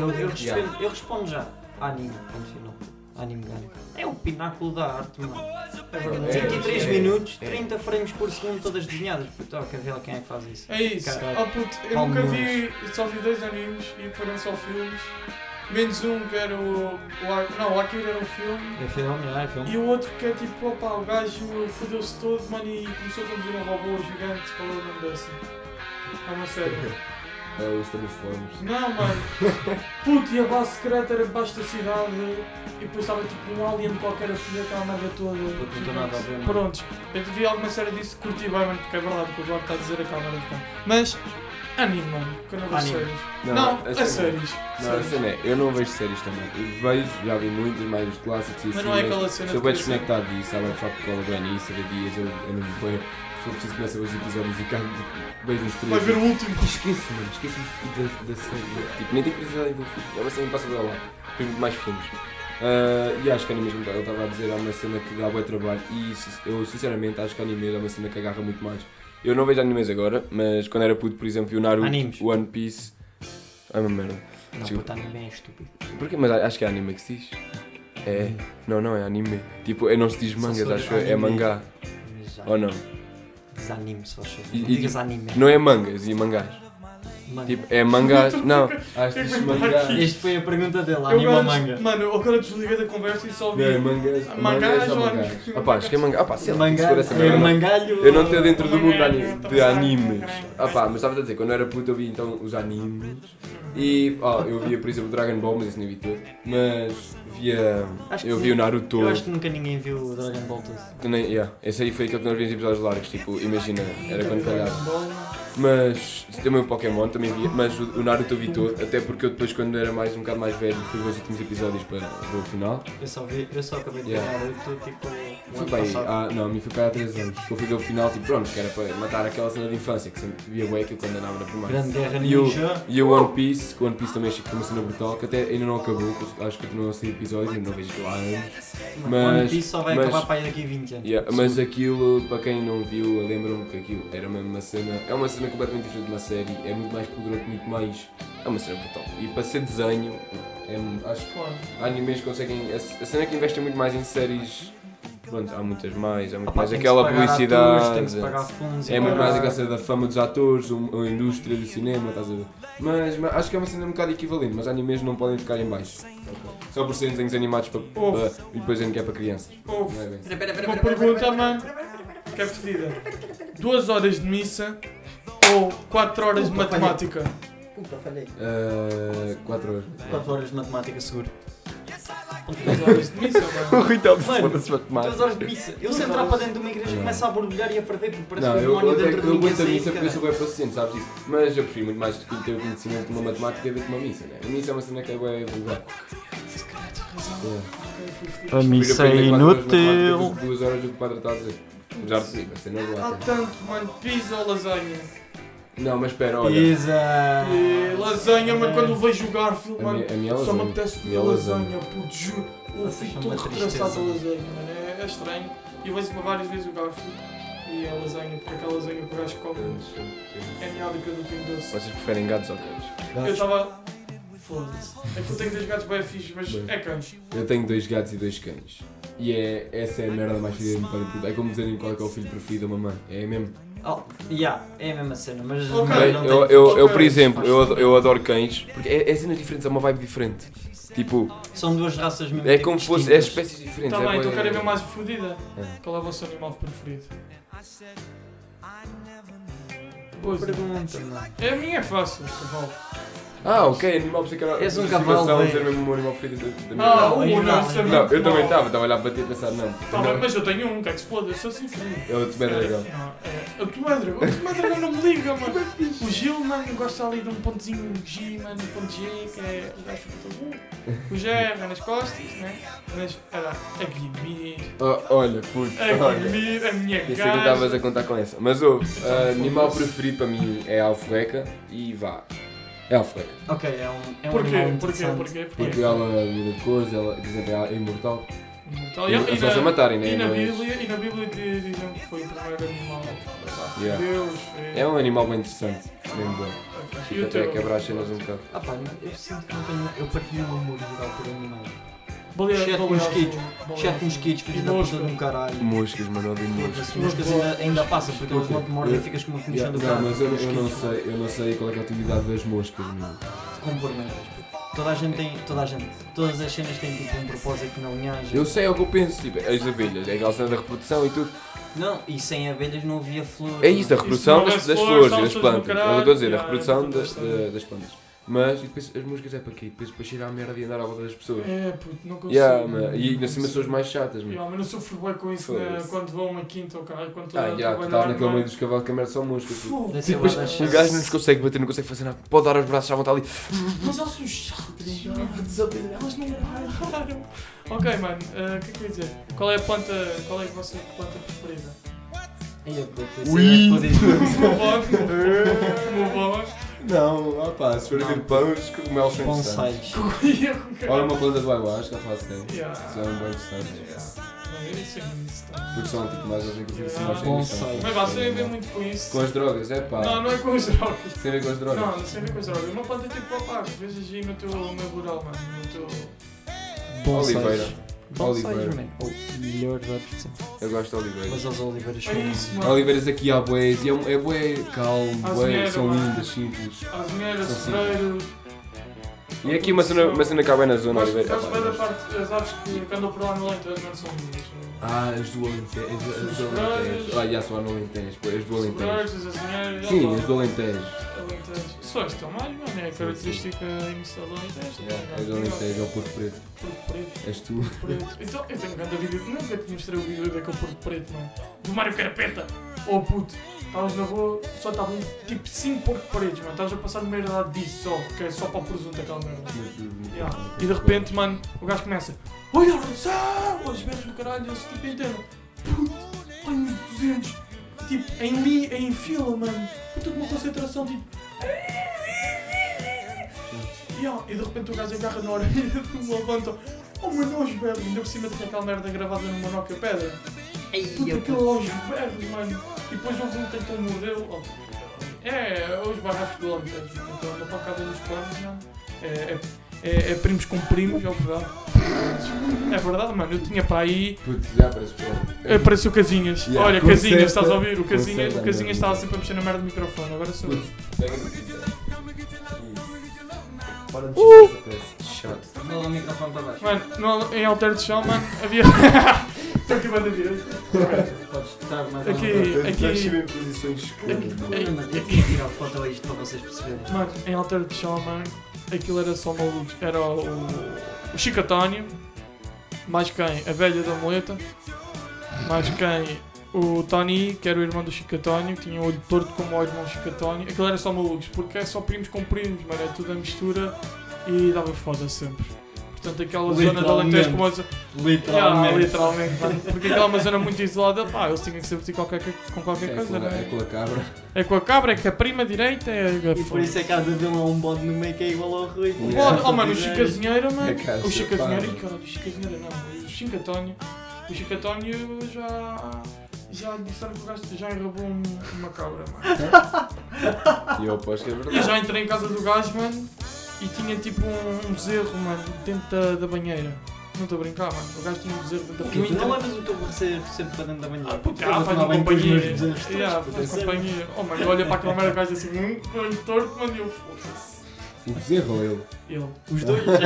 eu, eu, respondo, eu respondo já. Anime, ponto final. Anime ganha. É o pináculo da arte, mano. É verdade. 23 é, minutos, é. 30 frames por segundo, todas desenhadas. Puto, ó, quer ver lá quem é que faz isso? É isso. Caralho. Oh puto, eu Qual nunca deles? vi, só vi dois animes e foram só filmes. Menos um que era o. o Ak- não, o Akira era um filme. É filme, é filme. E o outro que é tipo, opa, o gajo fodeu-se todo, mano, e começou a conduzir um robô gigante. Qual é o nome dessa? É uma série. É os telefones. Não, mano. Puto, e a base secreta era debaixo da cidade. E depois estava tipo um alien qualquer a fazer aquela merda toda. Puto, não tem nada a ver, mano. Prontos, eu te vi alguma série disso que curti bem, mano, porque é verdade que o Eduardo está a dizer a câmara de cão. Mas, anime, mano, que eu não vejo Anime. séries. Não, é a séries. é Não, a Séries. cena é, eu não vejo séries também. Eu vejo, já vi muitas, mais os clássicos e Mas assim, não é aquela cena Sou de bem que- desconectado disso, sabe? Só porque cola bem nisso, era dias, eu, eu não me ponho. se for preciso começo a ver os episódios e cá tipo, vejo os três. Vai ver o último. E tipo, Esqueço, mano, esqueço da, da série. Tipo, nem tenho curiosidade em ver o filme. É uma cena que passa pela lá. Tem mais filmes. Ah, e acho que anime, mesmo, eu estava a dizer, é uma cena que dá bom trabalho. E sin- eu, sinceramente, acho que anime é uma cena que agarra muito mais. Eu não vejo animes agora, mas quando era puto, por exemplo, vi o Naruto, Animes. One Piece. Ai, uma merda. Não, Tipo- puta, anime é estúpido. Porquê? Mas acho que é anime que se diz. É. Não, não, é anime. Tipo, é- não se diz Só mangas, sobre acho eu. É anime. mangá. Mas já, Ou não? desanime, se faz favor. E- Não e- digas anime. Não é mangas e mangás. Manga. Tipo, é mangás. Não, acho que Tem que diz inventar mangás. aqui. Este foi a pergunta dele, Eu anime ou agora- manga? Mano, eu agora desliguei da conversa e só vi. Não, é mangás. Mangás Mangás ou ou mangás? anime? Ah pá, acho que é mangá. Ah pá, sei lá, se for Mangalho, essa merda. é não. mangalho. Eu não estou dentro do mundo Mangá, ani- eu de também. animes. Ah pá, mas estava a dizer, quando eu era puto eu vi então os animes. E, ó, eu via, por exemplo, Dragon Ball, mas isso não vi todo. Mas via. Acho que Eu sim. vi o Naruto Eu todo. acho que nunca ninguém viu o Dragon Ball todo. Que Nem, yeah. Esse aí foi aquele que nós vimos em episódios largos, tipo, é imagina, era quando calhar. Mas também o Pokémon também via, mas o, o Naruto eu vi todo, até porque eu depois quando era mais um bocado mais velho fui ver os últimos episódios para ver o final. Eu só vi, eu só acabei de ver Yeah. Naruto tipo o Foi ano para aí, passado. ah, não, a mim foi para há 3 anos, que eu fui ver o final tipo pronto, que era para matar aquela cena de infância que sempre via bué que eu quando andava na primária. Grande Guerra E o- Ninja. E o One Piece, que o One Piece também achei que foi uma cena brutal, que até ainda não acabou, que eu acho que não sei episódios, ainda não vejo aquilo há anos. One mas- Piece só vai mas- acabar para aí daqui a 20 anos. Yeah, mas aquilo, para quem não viu, lembram-me que aquilo era mesmo uma cena. É uma cena completamente diferente de uma série, é muito mais poderoso, muito mais. É uma cena brutal. E para ser desenho, é- acho Claro. que há animes que conseguem. A, a cena é que investem muito mais em séries. Pronto, há muitas mais, há muito Opa, mais. tem que Aquela se pagar atores, tem que publicidade. se pagar fundos e é muito pagar- mais aquela cena da fama dos atores, um- a indústria do cinema, estás a ver? Mas, mas acho que é uma cena um bocado equivalente, mas animes não podem ficar em baixo. Só por serem desenhos animados para, Ouve. para- e depois ainda que é para crianças. Ouve. Não é bem. Uma pergunta, mano. Que é fedida. Duas horas de missa ou quatro horas de Puta, falhei. matemática? Puta, falhei. 4 Ah, horas. 4 É. horas de matemática seguro. Duas horas de missa, mano. Rui está Mano, foda-se matemática. 2 horas de missa. Eu se entrar para dentro de uma igreja Não. começa a borbulhar e a ferver porque parece Não, um eu, demónio eu, eu, dentro de eu mim. aguento a missa porque eu sou bem paciente, sabes isso? Mas eu prefiro muito mais do que ter o conhecimento de uma matemática do que uma missa, né? A missa é uma cena que é bem vulgar. É. Prefiro aprender quatro horas de matemática do que Duas A horas do que o padre está a dizer. Já percebi, vai ser na Há boa. tanto, mano. Pizza ou lasanha? Não, mas espera, olha. Pisa. E lasanha, mas quando eu vejo o Garfield, A mano, minha, a minha é só me lasanha. apetece comer Minha lasanha, lasanha. puto, juro. Eu Vocês fico são uma todo retraçado a tristeza. lasanha, mano. É, é estranho. E eu vejo várias vezes o Garfield e a lasanha, porque aquela lasanha que o gajo come é melhor do que a do Pingo Doce. Vocês preferem gatos ou cães? Eu estava. Foda-se. É que eu tenho dois gatos bem fixos, mas Bem. é cães. Eu tenho dois gatos e dois cães. E é, essa é a merda mais fedida de um pai de puta. É como dizerem qual é que é o filho preferido da mamãe. É mesmo. Oh, yeah, é a mesma cena, mas Ok. não, Bem, não eu, tem- eu, eu, por Ok. exemplo, eu, ado- eu adoro cães, porque é, é cenas diferentes, é uma vibe diferente. Tipo, São duas raças mesmo. é tipo como se fosse, é distintas. espécies diferentes. Tá é bem, bué- então quero ver mais fodida. É. Qual é o vosso animal preferido? Boa Pois é. pergunta, mano. É, A minha é fácil, cavalo. Ah, ok, animal psicológico. És um cavalo, bem. Ser mesmo um animal preferido da, da minha Ah, vida. o Não, não, não, isso é Não, muito eu também mau. estava, estava a olhar para ti a pensar, não. Tá não bem, mas eu tenho um, que é que explode, eu sou assim frio. É o Tomé Dragão. É, o Tomé Dragão. O Tomé Dragão não me liga, mano. O Gil, mano, gosta ali de um pontozinho G, mano, um ponto G, que é o gajo que eu tô- O Gerra nas costas, né? Mas, era a Guimir, Oh, olha, puto, a olha. Guimir, a minha Pensei que não estavas gaja. a contar com essa. Mas ouve, ah, animal preferido para mim é a alforreca e vá. É a alforreca. Ok, é um. É um Porquê? animal Porquê? interessante. Porquê? Porque Porquê? ela muda de cores, ela, por exemplo, é imortal. Então, e- e só se a na- matarem, né? E na Mas- Bíblia, e na Bíblia di- dizem que foi o primeiro animal. Yeah. Deus fez. É um animal bem interessante, bem bom. E Fica o até teu? a quebrar as cenas um bocado. Ah pá, não- eu sinto que não tenho. Eu partilho um amor geral por animal. Baleia- Exceto baleia mosquitos. azul, baleia Exceto azul. mosquitos, filhos E da puta mosca. de um caralho. Moscas, mano, de moscas. Foda-se, moscas ainda, ainda passa porque elas não te mordem e Eu- ficas com uma comissão Yeah, do não, caralho. mas eu, eu não Mosquitos, sei, eu não sei qual é que é a atividade das moscas, mano. Com borboletas, pô. Toda a gente tem. Toda a gente. Todas as cenas têm tipo um propósito na linhagem. Eu sei é o que eu penso, tipo, as abelhas, é aquela cena da reprodução e tudo. Não, e sem abelhas não havia flor. É isso, a reprodução não é das, das flores, flores e das salsas do plantas. É o que eu estou a dizer, a caralho, reprodução é, das, é. das plantas. Mas e depois as moscas é para quê? Depois para cheirar a merda e andar à volta das pessoas. É, puto, não consigo. Yeah, mano, e ainda assim são as mais chatas, mano. Yeah, mas não sofro bem com isso Foda-se. né, quando vou a uma quinta ou caralho, quando estou Ah, a já, tu estás trabalhar. é? naquele mano. meio dos cavalos que a merda são moscas. tipo. Fogo. Deve ser Depois lá das- o gajo não nos consegue bater, não consegue fazer nada, pode dar os braços à vontade ali. Mas elas são chatas, mano. Elas não param. é Ok, mano, eh, o que é que eu ia dizer? Qual é a planta, qual é a vossa planta preferida? Ia poder ter Ui. sido fodido. Move on, move on. Não, lá pá, se for Não. tipo pão, os cogumelos são interessantes. Bonsais. Olha uma planta de ayahuasca, que ela faz tempo. Yeah. São bem interessantes. Não, eu nem sei como isso está. Porque são tipo mais ou menos assim, Yeah. mais assim. Bonsai. Mas vá, sem ver muito com isso. Com as drogas, é pá. Não, não é com os drogas. Sem ver com as Não, drogas. não sei ver com os drogas. Uma planta tipo papá, vezes aí no teu meu rural, mano. No teu. Bonsais. Oliveira. Oliveira. Bonsais, man. Oh, melhor verbo de sempre. Eu gosto de oliveiras. Mas as oliveiras são... É isso, mano. Oliveiras aqui há boés, e é, um- é bué calmo, Às bué, mulheres, são mano. lindas, simples. As mulheres, São assim. cedreiro. E aqui uma cena, uma cena que há tá bem na zona, Mas Oliveira. estás bem da parte. As aves que que andam por lá no Alentejo, mano, são né? lindas. Ah, as do Alentejo. As do Alentejo. Ah, já só no Alentejo, pô, as do Os Alentejo. cedreiros, as mulheres. Sim, opa, as do Alentejo. Alentejo. Só isto é mais, mano. É a característica inicial do Alentejo. Yeah, as do Alentejo, é o Porto Preto. Porto tá Preto. És tu. preto. Então, eu tenho grande vídeo. Não sei te mostrei o vídeo daquele porco preto, mano. Do Mário Carapeta. Oh puto, estavas na rua, só estavam tipo 5 porco pretos, mano. Estavas a passar no meio da disso só, que é só para o presunto aquela merda. Yeah. E de repente, mano, o gajo começa. Olha a redução! Os velhos do caralho, eles tipo inteiro. Puto, olha uns 200. Tipo, em li, em fila, mano. Puto, uma concentração, tipo. Yeah, E de repente o gajo agarra na orelha do levanta. Oh meu Deus, berros, ainda por cima tinha aquela merda gravada numa Nokia pedra. Puta, aquilo aos berros, mano. E depois houve um que tentou morrer. Oh, é, os barracos do homem, então na pancada dos planos, mano. É, é, é, é primos com primos, é verdade. É verdade, mano. Eu tinha para aí. Puto, já aparece para Apareceu Casinhas. Yeah, Olha, conserta- Casinhas, estás a ouvir? O Casinhas, conserta o a casinhas merda. estava sempre a mexer na merda do microfone. Agora sou eu. Para de mexer essa peça. Chato. Fala o microfone para baixo. Mano, no- em Alter de Chão, mano, havia. Estou aqui banda direita. Podes estar mais Aqui- alto. Estás- Estás aqui- sempre em posições escuras. não é? Não, mano, eu tenho que tirar foto a isto para vocês perceberem. Mano, em Alter de Chão, mano, aquilo era só maluco. Era o, o Chico António, mais quem? A velha da muleta, mais Uhum. quem? O Tony, que era o irmão do Chico António, que tinha o olho torto como o irmão do Chico António. Aquilo era só malucos, porque é só primos com primos, mano, é tudo a mistura e dava foda sempre. Portanto, aquela zona de Alentejo como a zo- Yeah, Ah, literalmente, mano. Porque aquela é uma zona muito isolada, pá, eles tinham que se vestir qualquer, com qualquer É coisa, com a- né? É com a cabra. É com a cabra, é com a prima direita, é a E por isso é que a dele é um bode no meio que é igual ao Rui. Um Pode, oh mano, o Chico Azinheiro, mano. É casa, o Chico pá. Azinheiro, ih, caralho, o Chico Azinheiro não, o Chico António. O Chico António já. Já disseram que o gajo já enrabou um- uma cabra, mano. E eu aposto que é E eu verdade. já entrei em casa do gajo, mano, e tinha tipo um, um bezerro, mano, dentro da, da banheira. Não estou a brincar, mano. O gajo tinha um bezerro dentro da é Porque tu não banheira. levas o teu parceiro sempre para dentro da manhã. Ah, puta, Eu ah, vou faz tomar uma banho com os companhia. meus desenhos todos, Yeah, puta, faz sério. companhia. Oh, mano, olha para aquela merda, o gajo assim, hum, olho torto, mano, e eu foda-se. O bezerro ou ele? Ele. Os dois, os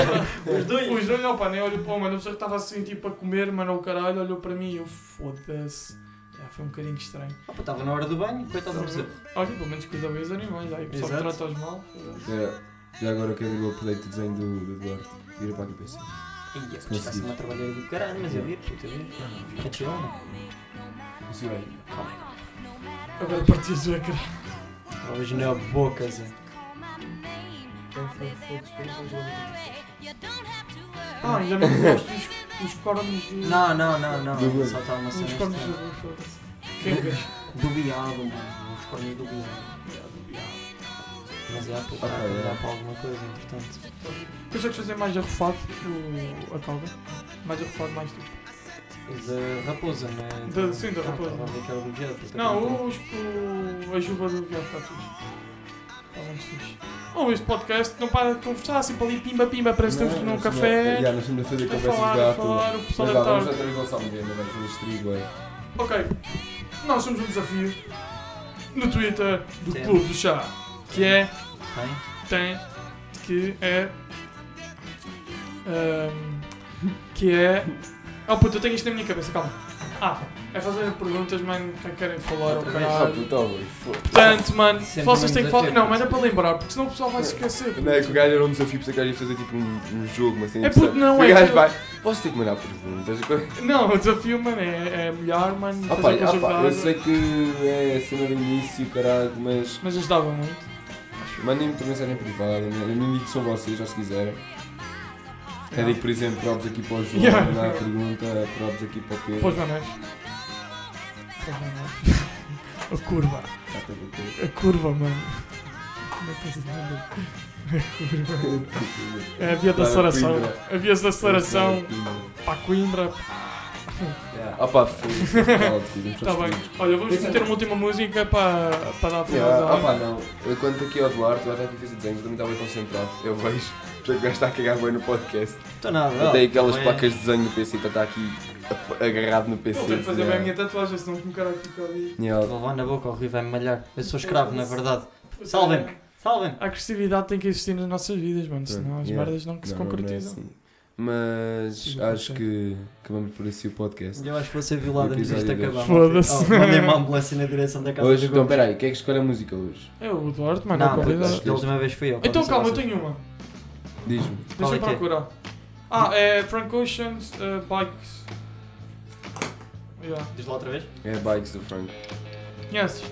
dois. Os dois, opa, nem olho para o mano, a pessoa que estava assim, tipo, a comer, mano, o caralho, olhou para mim e eu, foda-se. Já foi um bocadinho estranho. Ah, pá, Estava na hora do banho, coitado do parceiro. Olha, pelo menos cuida bem os animais, aí o pessoal que Exato. trata-os mal. Já, já agora eu quero ver o update do desenho do, do Duarte. Vira para aqui e pensa. Ia, está-se-me a trabalhar do caralho, mas eu vi, puta, eu vi. É chill, não? Funciona aí. Agora partias o ecrã. Hoje não é boca, Zé. Ah, ainda não gosto dos, dos cornos do... Não, não, não, não. Do- Só estava uma Dos cena cornos estranha. do... Foda-se. Quem é que és? do biado, mano. Os cornos do biado. Mas é, pá, Ok, é. dá para alguma coisa, entretanto. Consegues fazer mais arrofado o... a cauda? Mais arrofado, mais tipo... E da raposa, não é? Da- sim, da Ah, raposa. estava a ver que era do tipo, então, biado. puta, também. Não, os, o, a juba do Viado está fixe. Está muito fixe. Ou este podcast não para de conversar, sempre ali pimba pimba, parece que estamos num café. Já, nós estamos a fazer A conversas falar, de a gato. falar, o pessoal Mas deve vá, vamos estar. outra vez lançar um game, agora vamos trigo, é. Ok, nós somos um desafio no Twitter do Sim. Clube do Chá, que é, Tem? tem, que é. ahm, que é. Oh puto, eu tenho isto na minha cabeça, calma. Ah, é fazer perguntas, mano, que querem falar ou Outra vez? Ah, caralho. puta, ó, boi, foda-se. Portanto, mano, Sempre vocês têm que menos falar. atento. Não, mas é para lembrar, porque senão o pessoal vai se esquecer. Não é que o gajo era um desafio para você fazer tipo um, um jogo, mas sem É puto, não, O é gajo que- vai. Posso ter que mandar perguntas? Não, o desafio, mano, é, é molhar, mano, Ah, pá, fazer ah, coisas pá, eu vagas. sei que é cena do início, caralho, mas. Mas ajudava muito. Mandem-me por mensagem privada, né? eu nem digo que são vocês, ou se quiserem. Até digo, por exemplo, probes aqui para o João, Yeah. mandar a pergunta, probes aqui para o Pedro. Pois, mano, és. Pois, mano, és. A curva. Está a bater. A curva, mano. Como é que se lembra? A curva. É a via da Para aceleração. Coimbra. A via da aceleração Coimbra. para Coimbra. Yeah. Ah pá, foi. Está Está Tá bem. Tá Olha, vamos meter uma última música para, para dar final é Yeah, da ah pá, não. Eu quando estou aqui ao Duarte, o Duarte aqui fez o desenho, também está bem concentrado. Eu vejo. Porque o gajo está a cagar bem no podcast. Estou Então nada. Até aquelas Não é- placas de desenho no PC, então está aqui ap- agarrado no né? PC. Eu tenho que fazer bem a yeah. minha tatuagem, senão me caralho fica ali. Yeah. Vou levar na boca, o Rui vai-me malhar. Eu sou escravo, na verdade. Salvem-me. Salvem-me. A agressividade tem que existir nas nossas vidas, mano. Senão as Yeah. merdas não que se Não, não, não é concretizam. assim. Mas Sim, acho ok. que acabamos por isso o podcast. Eu acho que vou ser violado antes disto Episódio acabar. dois. Oh, Foda-se. Mandei uma ambulância na direção da casa Hoje, do então Gomes. peraí, quem é que escolhe a música hoje? É o Duarte, mano. Não, a porque qualidade. da última vez fui eu. pode Então ser calma, eu você. tenho uma. Diz-me. Qual Deixa é eu que é? procurar. Ah, é Frank Ocean's uh, Bikes. Yeah. Diz lá outra vez. É Bikes do Frank. Conheces?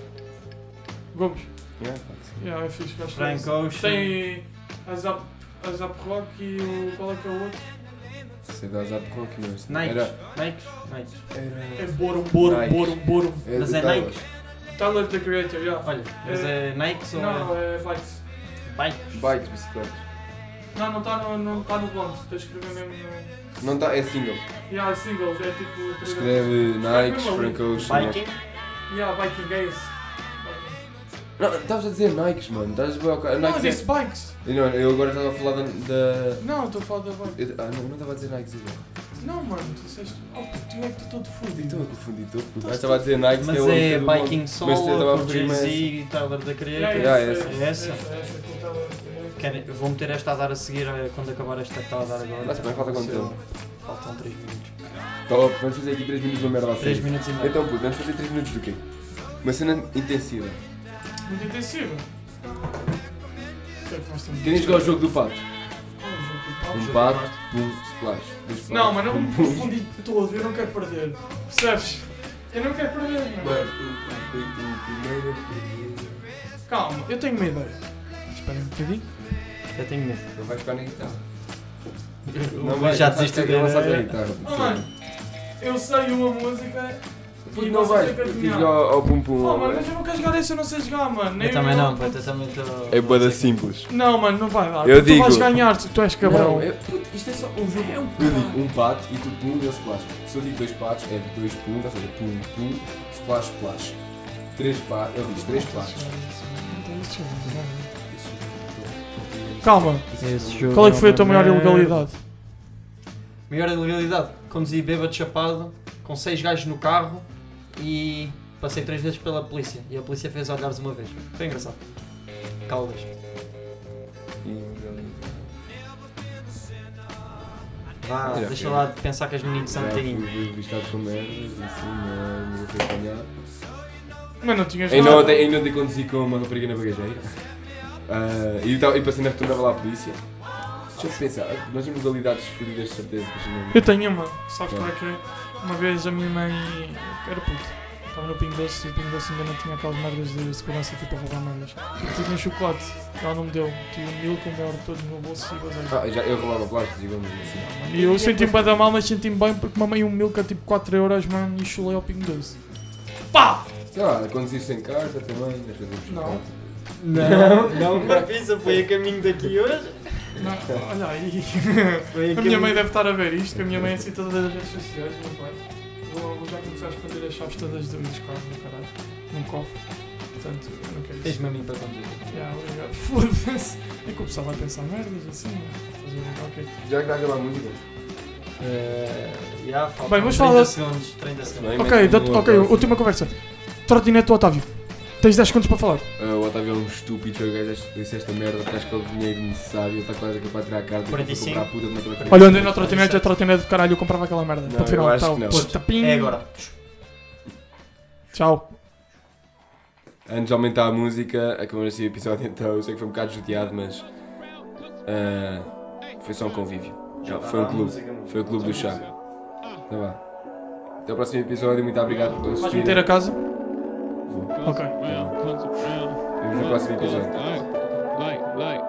Gomes. Yeah, Bikes. Yeah, é fixe, gosto Frank desse. Ocean. Tem a Zap, a Zap Rock e o. Qual é que é o outro? Sei dar zap rock, mas. Nike. Era. Nike. Nike. É era... Borum, Borum, Nike. Borum, Borum. é Mas do é Tyler. Nike. Tyler the Creator, yeah. Olha, mas é Nike ou Não, é Bikes. é Bike? Bikes, bicicletas. Não, não está no, não tá no blonde, está escrevendo mesmo no. Não tá, é single. Yeah, singles, é tipo. três- Escreve Nikes, Escreve Frank Ocean. né? Biking? Yeah, Biking Games. Não, estavas a dizer Nikes, mano. Estavas bem ao cara. Não, eu Nikes disse Bikes. é... Não, eu agora estava a falar da. da- Não, estou a falar da Bike. eu- Ah, não, eu não estava a dizer Nikes agora. Não, mano, tu disseste. Oh, puto, tu é que tu todo Estou fudido. a confundir tudo. puto. Eu Estava a dizer Nikes, Então, Mas que é o é outro do mundo. Biking Mas eu estava a Solo, com referir-me a Jay-Z e Tyler da Creator. Yeah, é essa. é essa, Essa. é essa é que eu tava a dizer. Querem- eu vou meter esta a dar a seguir eh, quando acabar esta que está a dar agora. Mas bem, falta quanto tempo? Faltam 3 minutos. Top, vamos fazer aqui 3 minutos de uma merda assim. 3 minutos e meio. Então, puto, vamos fazer 3 minutos do quê? Uma cena intensiva. Muito intensivo. Quem jogar o jogo do pato? É Jogo Um do pato, pato. um splash. Dois Não, patos, mas não pum, me pum. confundi todo, eu não quero perder. Percebes? Eu não quero perder, mano. Mano, o- o- o- o primeiro período. Calma, eu tenho uma ideia. Espera um bocadinho. Eu tenho medo. Não vai ficar na guitarra. Não, mas já desiste desistiu de lançar a dele. guitarra. Oh, mano, eu sei uma música. Puto, e não vocês vais. têm que Eu fiz adivinhar. jogar ao ao pum pum. Oh, ao- mano, mas eu não quero jogar isso, eu não sei jogar, mano. Nem Eu também não, puto. puto, eu também estou. É boa simples. Não, mano, não vai dar. Eu tu vais digo. ganhar, tu, tu és cabrão. Não, é, puto, isto é só um jogo. eu digo um pato e tu pum e eu splash. Se eu digo dois patos, é dois pum, ou seja, pum pum, splash splash. Três patos, eu digo três patos. Calma, Esse jogo qual é que foi a tua uma maior merda. ilegalidade? Maior ilegalidade. Conduzi bêbado chapado, com 6 gajos no carro e passei 3 vezes pela polícia. E a polícia fez olhares uma vez. Foi engraçado. Caldas. Vá, Já deixa foi. lá de pensar que és menino de santinho. Vistado com merdas, assim, não, não vou ter que apanhar. Mas não tinhas Ainda nada. ontem, ainda ontem conduzi com uma rapariga na bagageira. Ah, e, eu tava- e passei na rotunda estava lá a polícia. Deixa eu pensar, nós temos modalidades fodidas de certeza. mas não- Eu tenho uma, sabes para quê? Uma vez a minha mãe era puto. Estava no Pingo Doce e o Pingo Doce ainda não tinha aquelas merdas de segurança tipo a roubar merdas. Eu Tive um chocolate, ela não me deu. Tive um mil com o maior todo no meu bolso e basei. Ah, já, eu rolava plásticos, digamos assim. E eu senti-me bem da mal, mas senti-me bem porque mamei um milk a tipo 4 euros, mano, e chulei ao Pingo Doce. Pá! Sei lá, conduziste sem carta também, né, nas coisas Não. Não, não, uma pizza foi a caminho daqui hoje. Não, olha aí. Foi A minha mãe deve estar a ver isto, que a minha mãe é assim todas as redes sociais, meu pai. Vou, vou já começar a esconder as chaves todas do dos carros, meu caralho. Num cofre. Portanto, eu não quero isso. Tens-me a mim para conduzir. Yeah, obrigado. Foda-se. É que o pessoal vai pensar merdas assim, mano. Estás a ver? Ok. Já que está aquela música. Uh, yeah, faltam Bem, vamos 30 falar- segundos. 30 segundos. Ok, dat- um ok, última conversa. Trotinete do Otávio. Tens 10 segundos para falar. Ah, o Otávio é um estúpido, foi o gajo que disse esta merda, estás com o dinheiro necessário, está quase aqui para tirar a carta e para 45. comprar a puta de uma troca. Olha, é andei na trotinete, a trotinete do caralho, eu comprava aquela merda. Não, Ponto final, eu acho tchau. que não. Puta, pim. É agora. Tchau. Antes de aumentar a música, acabamos assim o episódio então, eu sei que foi um bocado judiado, mas ah, foi só um convívio. Já, foi um clube, foi o clube do chá. Então vá. Até o próximo episódio, muito obrigado por Vais assistir. meter a casa? Vou. Ok. Vemos no próximo episódio. Like, like,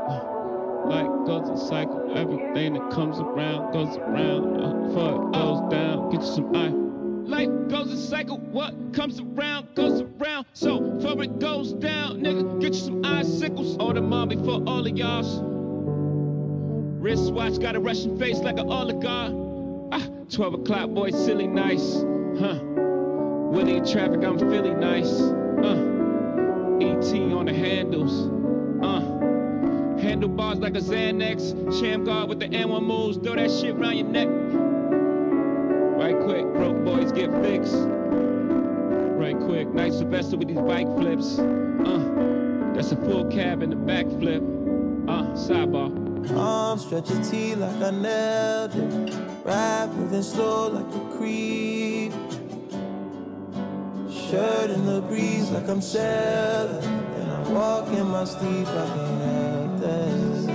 like goes a cycle. Everything that comes around goes around. Uh, fuck goes down. Get you some ice. Life goes in cycle. What comes around goes around. So before it goes down, nigga, get you some icicles. Order mommy for all of y'all's. Wristwatch got a Russian face like an oligarch. Ah, 12 o'clock, boy, silly nice. Huh. Winnie in traffic, I'm feeling nice. Uh. ET on the handles. Uh. Handlebars like a Xanax. Sham guard with the N1 moves. Throw that shit round your neck. Right quick, broke boys get fixed. Right quick, night Sylvester with these bike flips. Uh, that's a full cab and a backflip. Uh, sidebar. Arms stretch your T like I nailed it. Ride moving slow like a creep. Shirt in the breeze like I'm sailing. And I walk in my sleep, I can't help this.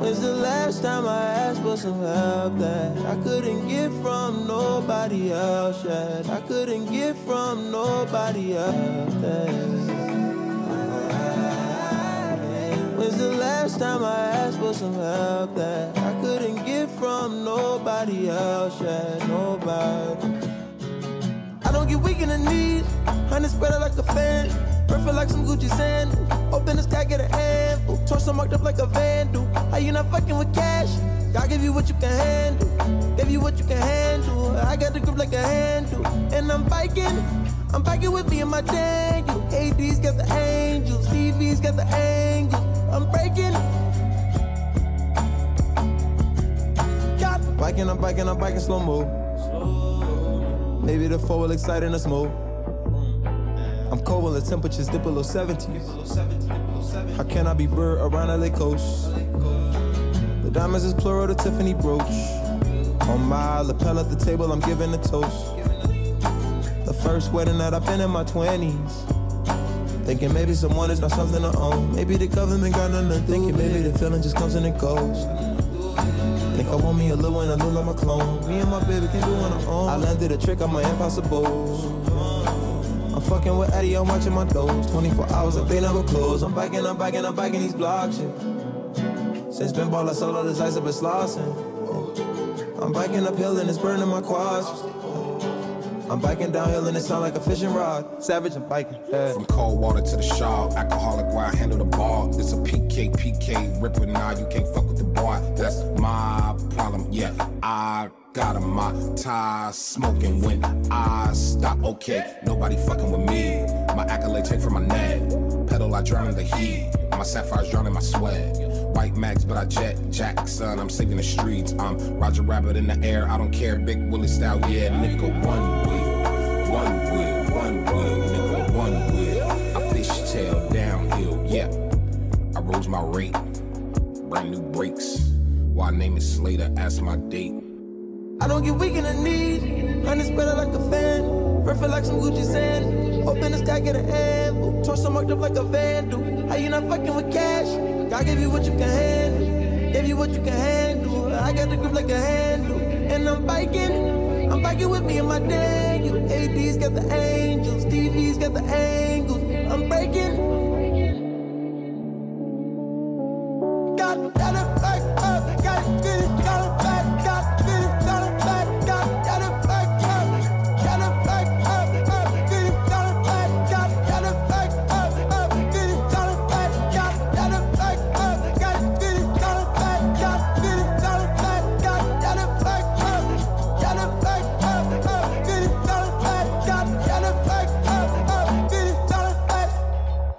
When's the last time I asked for some help that I couldn't get from nobody else yet? I couldn't get from nobody else. Yet. When's the last time I asked for some help that I couldn't get from nobody else? Yeah, nobody. I don't get weak in the knees. Honey spread out like a fan. Perfect like some Gucci sand. Open the sky, get a handful. Torso marked up like a vandal. How you not fucking with cash? God give you what you can handle. Give you what you can handle. I got the grip like a handle. And I'm biking. I'm biking with me and my Daniel. AD's got the angels. DV's got the angels. I'm breaking. God. Biking, I'm biking, I'm biking slow mo. Maybe the four will excite in a smoke. I'm cold when the temperatures dip below 70. How can I be blurred around LA coast? The diamonds is plural, the Tiffany brooch. On my lapel at the table, I'm giving a toast. The first wedding that I've been in my 20s. Thinking maybe someone is not something to own. Maybe the government got nothing to do. Thinking maybe the feeling just comes and it goes. Think I want me a little and I look like my clone. Me and my baby can do on our own. I landed a trick on my impossible. I'm fucking with Eddie, I'm watching my doors. 24 hours, like they never close. I'm biking, I'm biking, I'm biking these blocks. Yeah. Since been ball, I sold all this ice, I've been slossing. I'm biking uphill and it's burning my quads. I'm biking downhill and it sound like a fishing rod. Savage, I'm biking. Yeah. From cold water to the shawl, alcoholic where I handle the bar. It's a PK, PK, ripper, nah, you can't fuck with the boy. That's my problem, yeah. I got him, my tie smoking when I stop. Okay, nobody fucking with me. My accolade take from my neck. Pedal, I drown in the heat. My sapphire's drowning my sweat. White max, but I jet Jackson. I'm saving the streets. I'm Roger Rabbit in the air. I don't care. Big Willie style, yeah, nigga. One wheel, one wheel, one wheel, nigga. One wheel. I fishtail downhill, yeah. I rose my rate. Brand new brakes. Why name it Slater? Ask my date. I don't get weak in the knees. Honey spread out like a fan. Perfect like some Gucci sand. Open the sky, get a handful. Torso marked up like a vandal. How you not fucking with cash? God give you what you can handle. Give you what you can handle. I got the grip like a handle. And I'm biking. I'm biking with me and my Daniel. AD's got the angels. DV's got the angles. I'm breaking.